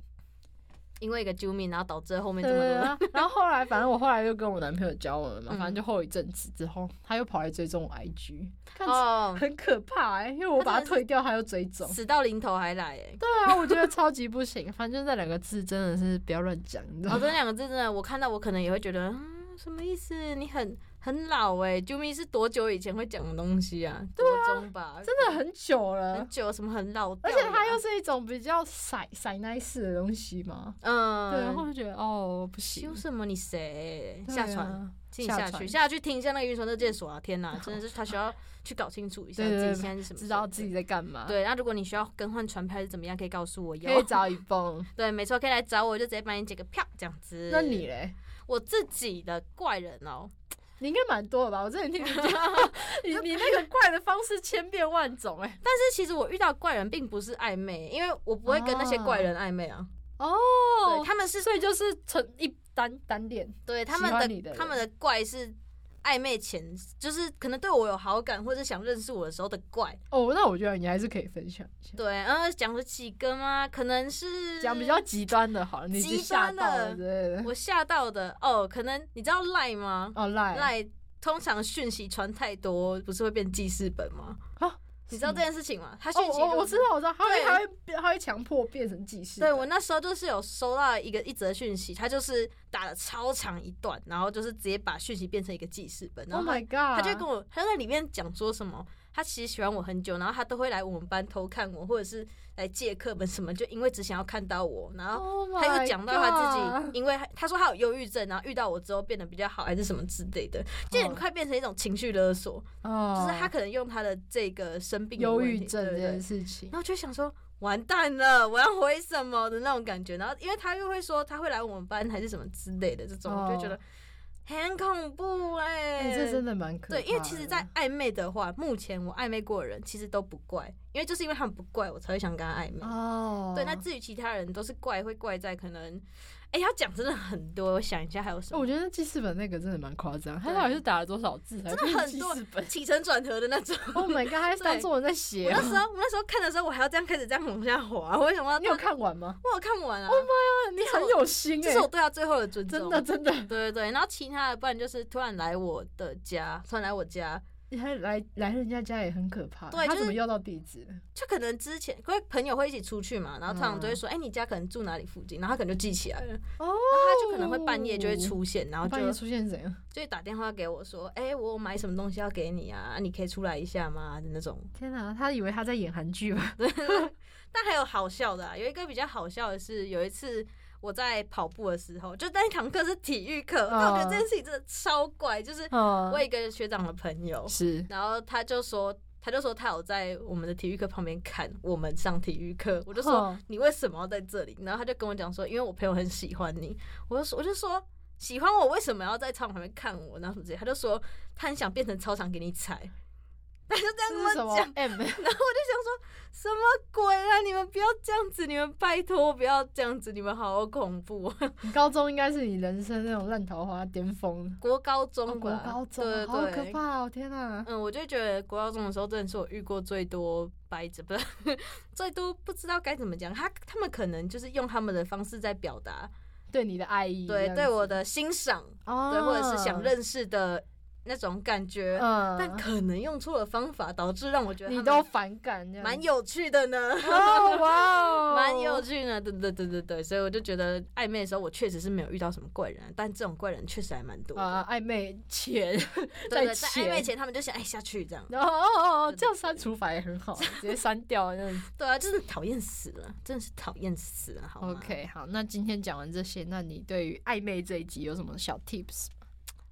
Speaker 1: 因为一个啾咪，然后导致后面
Speaker 2: 对
Speaker 1: 这么
Speaker 2: 对对，
Speaker 1: 多。
Speaker 2: 然后然后后来反正我后来又跟我男朋友交往了 嘛，
Speaker 1: 嗯
Speaker 2: 反正就后一阵子之后，他又跑来追踪我 IG，看起
Speaker 1: 哦，
Speaker 2: 很可怕哎、因为我把他
Speaker 1: 他真的是
Speaker 2: 退掉，他又追踪。
Speaker 1: 死到临头还来哎！
Speaker 2: 对啊，我觉得超级不行，反正那两个字真的是不要乱讲，你知道
Speaker 1: 哦，
Speaker 2: 吗？
Speaker 1: 这两个字真的，我看到我可能也会觉得，嗯，什么意思？你很很老哎，啾咪是多久以前会讲的东西啊？国中吧，
Speaker 2: 真的很久了
Speaker 1: 很，久，什么很老掉
Speaker 2: 而
Speaker 1: 牙，
Speaker 2: 且它又是一种比较塞塞奶式的东西嘛，
Speaker 1: 嗯，
Speaker 2: 对，然后就觉得哦不行
Speaker 1: 修，什么？你谁、
Speaker 2: 对啊
Speaker 1: 下船？请你
Speaker 2: 下
Speaker 1: 下
Speaker 2: 船
Speaker 1: 去，下去听一下那个晕船的戒 所啊！天哪，真的是他需要去搞清楚一下
Speaker 2: 对对
Speaker 1: 自
Speaker 2: 对
Speaker 1: 己现在是什么，
Speaker 2: 知道自己。在干嘛，，
Speaker 1: 对，那如果你需要更换船票还是怎么样，可以告诉我
Speaker 2: 可以
Speaker 1: 哟。
Speaker 2: 找一 蹦。
Speaker 1: 对，没错，可以来找我，我就直接帮你解个票这样子。
Speaker 2: 那你嘞？
Speaker 1: 我自己的怪人哦，
Speaker 2: 你应该蛮多的吧？我真的听你讲， 你你那个怪的方式千变万种哎、
Speaker 1: 但是其实我遇到怪人并不是暧昧，因为我不会跟那些怪人暧昧啊。对，
Speaker 2: 哦，
Speaker 1: 他们是
Speaker 2: 所以就是成一单单恋，
Speaker 1: 对他
Speaker 2: 喜
Speaker 1: 们
Speaker 2: 欢
Speaker 1: 的
Speaker 2: 你的人
Speaker 1: 他们的怪是暧昧前，就是可能对我有好感或者想认识我的时候的怪。
Speaker 2: 哦，那我觉得你还是可以分享一下，
Speaker 1: 对，然后讲了几个吗？可能是
Speaker 2: 讲比较极端的好了，你是
Speaker 1: 极
Speaker 2: 吓
Speaker 1: 端的
Speaker 2: 到了之类的。
Speaker 1: 我吓到的哦，可能你知道赖吗？
Speaker 2: 哦，赖
Speaker 1: 赖、通常讯息传太多，不是会变记事本吗？
Speaker 2: 啊
Speaker 1: 你知道这件事情吗？他
Speaker 2: 哦，
Speaker 1: 讯息、
Speaker 2: 我我知。道，我知道，他会
Speaker 1: 对
Speaker 2: 他会变他会强迫变成记事本。
Speaker 1: 对我那时候就是有收到一个一则讯息，他就是打了超长一段，然后就是直接把讯息变成一个记事本，然
Speaker 2: ，Oh
Speaker 1: 后他
Speaker 2: my god，
Speaker 1: 他就跟我他在里面讲说什么，他其实喜欢我很久，然后他都会来我们班偷看我，或者是来借课本什么，就因为只想要看到我。然后
Speaker 2: Oh my
Speaker 1: 他就讲到他自
Speaker 2: god
Speaker 1: 己，因为他他说他有忧郁症，然后遇到我之后变得比较好，还是什么之类的，就很
Speaker 2: 嗯
Speaker 1: 快变成一种情绪勒索，
Speaker 2: 哦
Speaker 1: 就是他可能用他的这个生病的
Speaker 2: 忧
Speaker 1: 问
Speaker 2: 郁
Speaker 1: 题
Speaker 2: 症
Speaker 1: 对
Speaker 2: 这
Speaker 1: 对对
Speaker 2: 件事情
Speaker 1: 然。后就想说。完蛋了，我要回什么的那种感觉。然后，因为他又会说他会来我们班还是什么之类的，这种、
Speaker 2: 哦
Speaker 1: 就觉得很恐怖哎、
Speaker 2: 哎、这真的蛮可怕的。
Speaker 1: 对，因为其实，在暧昧的话，目前我暧昧过的人其实都不怪，因为就是因为他们不怪，我才会想跟他暧昧。
Speaker 2: 哦，
Speaker 1: 对，那至于其他人都是怪，会怪在可能，哎、要讲真的很多，我想一下还有什
Speaker 2: 哦我
Speaker 1: 么，
Speaker 2: 觉得记事本那个真的蛮夸张，他
Speaker 1: 对
Speaker 2: 到底是打了多少字才
Speaker 1: 真的很多
Speaker 2: 变记事本
Speaker 1: 起承转合的那种。
Speaker 2: ？Oh my god，他是当作文在写
Speaker 1: 我那
Speaker 2: 哦。
Speaker 1: 时候，我那时候看的时候，我还要这样开始这样往下滑，我为什么要？
Speaker 2: 啊你有？看完吗？
Speaker 1: 我有看完啊，
Speaker 2: 啊，你很有心
Speaker 1: 这
Speaker 2: 哎、
Speaker 1: 是我对他最后的尊重。
Speaker 2: 真的，真的，
Speaker 1: 对对对。然后其他的，不然就是突然来我的家，突然来我家，
Speaker 2: 你还来来人家家也很可怕。
Speaker 1: 对
Speaker 2: 他
Speaker 1: 就
Speaker 2: 怎么
Speaker 1: 是
Speaker 2: 要到地址？
Speaker 1: 就可能之前因为朋友会一起出去嘛，然后通常都会说，哎、你家可能住哪里附近，然后他可能就记起来了，
Speaker 2: 嗯哦，
Speaker 1: 他就可能会半夜就会，出现，然后就
Speaker 2: 半夜出现怎样？
Speaker 1: 就会打电话给我说，哎、我有买什么东西要给你啊，你可以出来一下吗的那种。
Speaker 2: 天哪，他以为他在演韩剧吧？
Speaker 1: 但还有好笑的、啊，有一个比较好笑的是，有一次我在跑步的时候，就那一堂课是体育课，但我觉得这件事情真的超怪，就是
Speaker 2: 嗯
Speaker 1: 我有一个学长的朋友，
Speaker 2: 是
Speaker 1: 然后他就说，他就说他有在我们的体育课旁边看我们上体育课，我就说
Speaker 2: 哼
Speaker 1: 你为什么要在这里？然后他就跟我讲说，因为我朋友很喜欢你，我就说我就说喜欢我为什么要在操场旁边看我？然后什么之类，他就说他很想变成操场给你踩。他就这样
Speaker 2: 这是什
Speaker 1: 跟
Speaker 2: 么
Speaker 1: 我讲，
Speaker 2: M？
Speaker 1: 然后我就想说什么鬼啊！你们不要这样子，你们拜托不要这样子，你们好恐怖、哦。
Speaker 2: 你高中应该是你人生那种烂桃花巅峰，
Speaker 1: 国高
Speaker 2: 哦
Speaker 1: 中吧，
Speaker 2: 国高中
Speaker 1: 对
Speaker 2: 好
Speaker 1: 对，
Speaker 2: 可怕哦！天哪，
Speaker 1: 嗯，我就觉得国高中的时候真的是我遇过最多白纸， 不是最多不知道该怎么讲。他他们可能就是用他们的方式在表达
Speaker 2: 对你的爱意，这
Speaker 1: 对
Speaker 2: 样
Speaker 1: 对
Speaker 2: 子
Speaker 1: 我，的欣赏，
Speaker 2: 哦
Speaker 1: 对或者是想，认识的那种感觉，
Speaker 2: 嗯
Speaker 1: 但可能用错了方法，导致让我觉得
Speaker 2: 你
Speaker 1: 他
Speaker 2: 都
Speaker 1: 们
Speaker 2: 反感，这样
Speaker 1: 蛮有趣的 呢，
Speaker 2: 哦哇哦，
Speaker 1: 蛮有趣呢。对对对对对，所以我就觉得暧昧的时候，我确实是没有遇到什么怪人，但这种怪人确实还蛮多的。
Speaker 2: 啊暧昧前，
Speaker 1: 对
Speaker 2: 在
Speaker 1: 对，在暧昧
Speaker 2: 前
Speaker 1: 前他们就想哎下去这样，
Speaker 2: 然后哦哦哦，
Speaker 1: 对
Speaker 2: 这样删除法也很好，直接删掉这样子。
Speaker 1: 对啊，真的讨厌死了，真的是讨厌死了，好吗
Speaker 2: OK，好，那今天讲完这些，那你对于暧昧这一集有什么小 tips？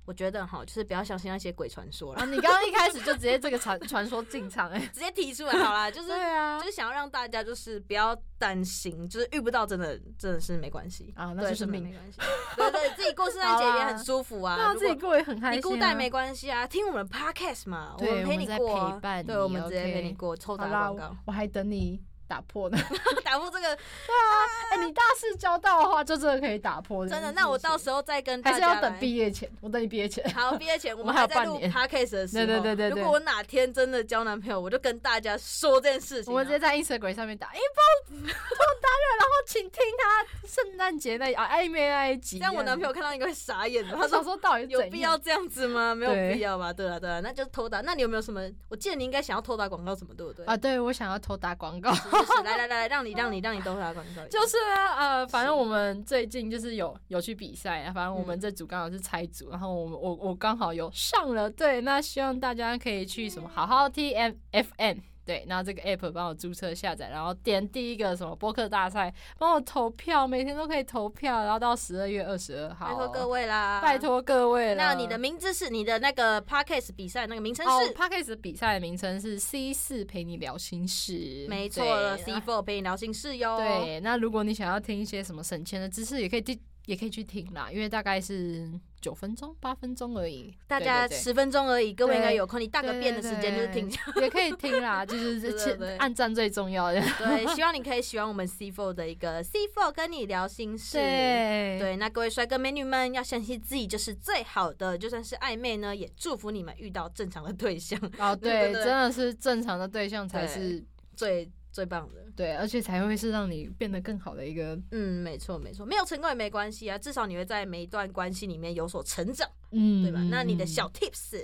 Speaker 1: 我觉得哈，就是不要相信那些鬼传说
Speaker 2: 啊，
Speaker 1: 了，
Speaker 2: 你刚刚一开始就直接这个传传说进场，哎，
Speaker 1: 直接提出来好啦， 就是
Speaker 2: 对啊
Speaker 1: 就，是想要让大家就是不要担心，就是遇不到真的真的是没关系
Speaker 2: 啊那
Speaker 1: 对
Speaker 2: 就是
Speaker 1: 真的
Speaker 2: 命
Speaker 1: 没关系，对对，自己过圣 诞节也很舒服啊，
Speaker 2: 那
Speaker 1: 如
Speaker 2: 自
Speaker 1: 果
Speaker 2: 己过也很开心、
Speaker 1: 你
Speaker 2: 啊，
Speaker 1: 孤单没关系啊，听我们 podcast 嘛，
Speaker 2: 对
Speaker 1: 们陪你过
Speaker 2: 我
Speaker 1: 啊
Speaker 2: 们在陪伴你
Speaker 1: 对，我们直接
Speaker 2: OK
Speaker 1: 陪你过，臭
Speaker 2: 好
Speaker 1: 打
Speaker 2: 啦
Speaker 1: 广告，，
Speaker 2: 我还等你打破 呢。
Speaker 1: 打破这个
Speaker 2: 哎、你大事交到的话，就 真的可以打破这件
Speaker 1: 真
Speaker 2: 事情。
Speaker 1: 的，那我到时候再跟大
Speaker 2: 还
Speaker 1: 家
Speaker 2: 是要等
Speaker 1: 来啊
Speaker 2: 毕业前，我等你毕业前。
Speaker 1: 好，毕业 前我
Speaker 2: 我们
Speaker 1: 们
Speaker 2: 还有
Speaker 1: 还在录
Speaker 2: 半年
Speaker 1: podcast 的时候，
Speaker 2: 对对对对对
Speaker 1: 如果我哪天真的交男朋友，我就跟大家说这件事情啊。
Speaker 2: 我们直接在 Instagram 上面打哎一波痛达人，然后请听他圣诞节那啊暧昧那一集。
Speaker 1: 这样我男朋友看到应该会傻眼 吧？
Speaker 2: 他
Speaker 1: 他
Speaker 2: 想
Speaker 1: 说
Speaker 2: 说到底是
Speaker 1: 有
Speaker 2: 怎
Speaker 1: 必
Speaker 2: 样
Speaker 1: 要？这样子吗？没有
Speaker 2: 对
Speaker 1: 必要吧？对啊了对了，那就是偷打。那你有没有什么？我记得你应该想要偷打广告什么，对不对？
Speaker 2: 啊？对，我想要偷打广告。
Speaker 1: 是，是是来来来来，让你让你让你偷打广告一下，
Speaker 2: 就是啊，呃，反正我们最近就是有有去比赛啊，反正我们这组刚好是拆组，然后我们我我刚好有上了，对，那希望大家可以去什么好好 T M F M。对，那这个 app 帮我注册下载，然后点第一个什么播客大赛，帮我投票，每天都可以投票，然后到十二月二十二号，哦
Speaker 1: 拜托各位啦，
Speaker 2: 拜。托各位了。
Speaker 1: 那你的名字是你的那个 podcast 比赛那个名称
Speaker 2: 哦
Speaker 1: 是？
Speaker 2: ，Podcast 比赛的名称是 C 四陪你聊心事，
Speaker 1: 没错了
Speaker 2: 嗯对
Speaker 1: ，C Four 陪你聊心事哟。
Speaker 2: 对，那如果你想要听一些什么省钱的知识，也可以听也可以去听啦，因为大概是九分钟、八分钟而已，
Speaker 1: 大家
Speaker 2: 对对对
Speaker 1: 十分钟而已，各位应该
Speaker 2: 对
Speaker 1: 有空，你大个便的时间就是听一下。
Speaker 2: 也可以听啦，就
Speaker 1: 对
Speaker 2: 是
Speaker 1: 对
Speaker 2: 切
Speaker 1: 对
Speaker 2: 按赞最重要的。
Speaker 1: 对， 希望你可以喜欢我们 C Four 的一个 C Four 跟你聊心事。
Speaker 2: 对
Speaker 1: 对，那各位帅哥美女们，要相信自己就是最好的，就算是暧昧呢，也祝福你们遇到正常的对象，
Speaker 2: 哦，
Speaker 1: 对
Speaker 2: 对，
Speaker 1: 对对
Speaker 2: 真的是正常的对象才是
Speaker 1: 最最棒的。
Speaker 2: 对，而且才会是让你变得更好的一个，
Speaker 1: 嗯，没错没错，没有成功也没关系啊，至少你会在每一段关系里面有所成长，
Speaker 2: 嗯
Speaker 1: 对吧？那你的小 tips，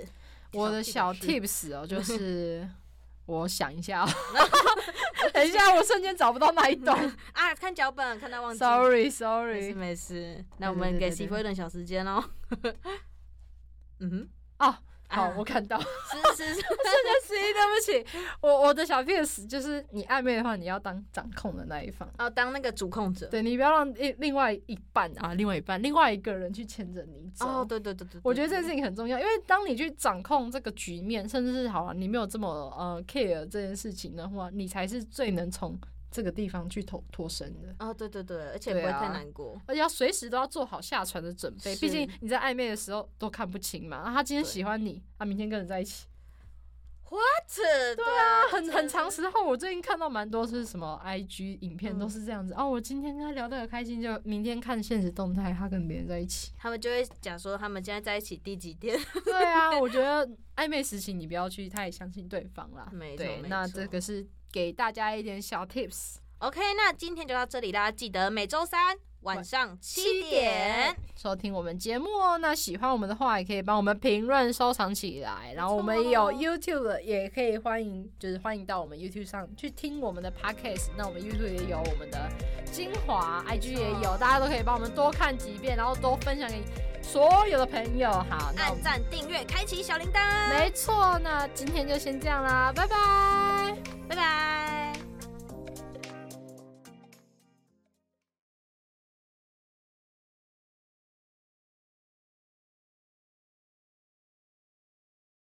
Speaker 2: 我的小
Speaker 1: 是
Speaker 2: tips 哦，就是我想一下、哦，等一下，我瞬间找不到那一段
Speaker 1: 啊，看脚本看到忘记
Speaker 2: ，sorry
Speaker 1: 没事
Speaker 2: sorry，
Speaker 1: 没事，那
Speaker 2: 对
Speaker 1: 我们
Speaker 2: 对
Speaker 1: 给
Speaker 2: 对
Speaker 1: C
Speaker 2: 对
Speaker 1: Four 一点小时间 哦。嗯哼，
Speaker 2: 哦，好，
Speaker 1: 啊
Speaker 2: 我看到，
Speaker 1: 是 是是，
Speaker 2: 十一，对不起，我我的小 tips 就是你暧昧的话，你要当掌控的那一方。
Speaker 1: 哦，当那个主控者。
Speaker 2: 对你不要让另另外一半啊，另外一半，另外一个人去牵着你走。
Speaker 1: 哦，对对对对，对
Speaker 2: 我觉得这件
Speaker 1: 对
Speaker 2: 事情很重要，因为当你去掌控这个局面，甚至是好啊了，你没有这么呃 care 这件事情的话，你才是最能从这个地方去脱脱身的。
Speaker 1: 哦，对对对，而且不会
Speaker 2: 对啊
Speaker 1: 太难过。
Speaker 2: 而且要随时都要做好下船的准备，
Speaker 1: 是
Speaker 2: 毕竟你在暧昧的时候都看不清嘛。啊、他今天
Speaker 1: 对
Speaker 2: 喜欢你，他、明天跟人在一起，
Speaker 1: 这对啊，
Speaker 2: 啊，很
Speaker 1: 真的
Speaker 2: 很长时候。我最近看到蛮多是什么 IG 影片
Speaker 1: 嗯
Speaker 2: 都是这样子、哦，我今天跟他聊得很开心，就明天看现实动态，他跟别人在一 起。
Speaker 1: 他们就会讲说他们现在在一起第几天，
Speaker 2: 对啊，我觉得暧昧时期你不要去太相信对方啦。
Speaker 1: 没错
Speaker 2: 对
Speaker 1: 没，
Speaker 2: 那
Speaker 1: 错
Speaker 2: 这个是给大家一点小 tips。
Speaker 1: OK，那今天就到这里啦，记得每周三晚上七点，
Speaker 2: 收听我们节目哦，那喜欢我们的话，也可以帮我们评论、收藏起来。然后我们也有 YouTube，的也可以欢迎，就是欢迎到我们 YouTube 上去听我们的 Podcast。那我们 YouTube 也有我们的精华，IG 也有，大家都可以帮我们多看几遍，然后多分享给所有的朋友。好，那我
Speaker 1: 按
Speaker 2: 们
Speaker 1: 赞、订阅、开启小铃铛，
Speaker 2: 没错，那今天就先这样啦，拜拜。
Speaker 1: 拜拜。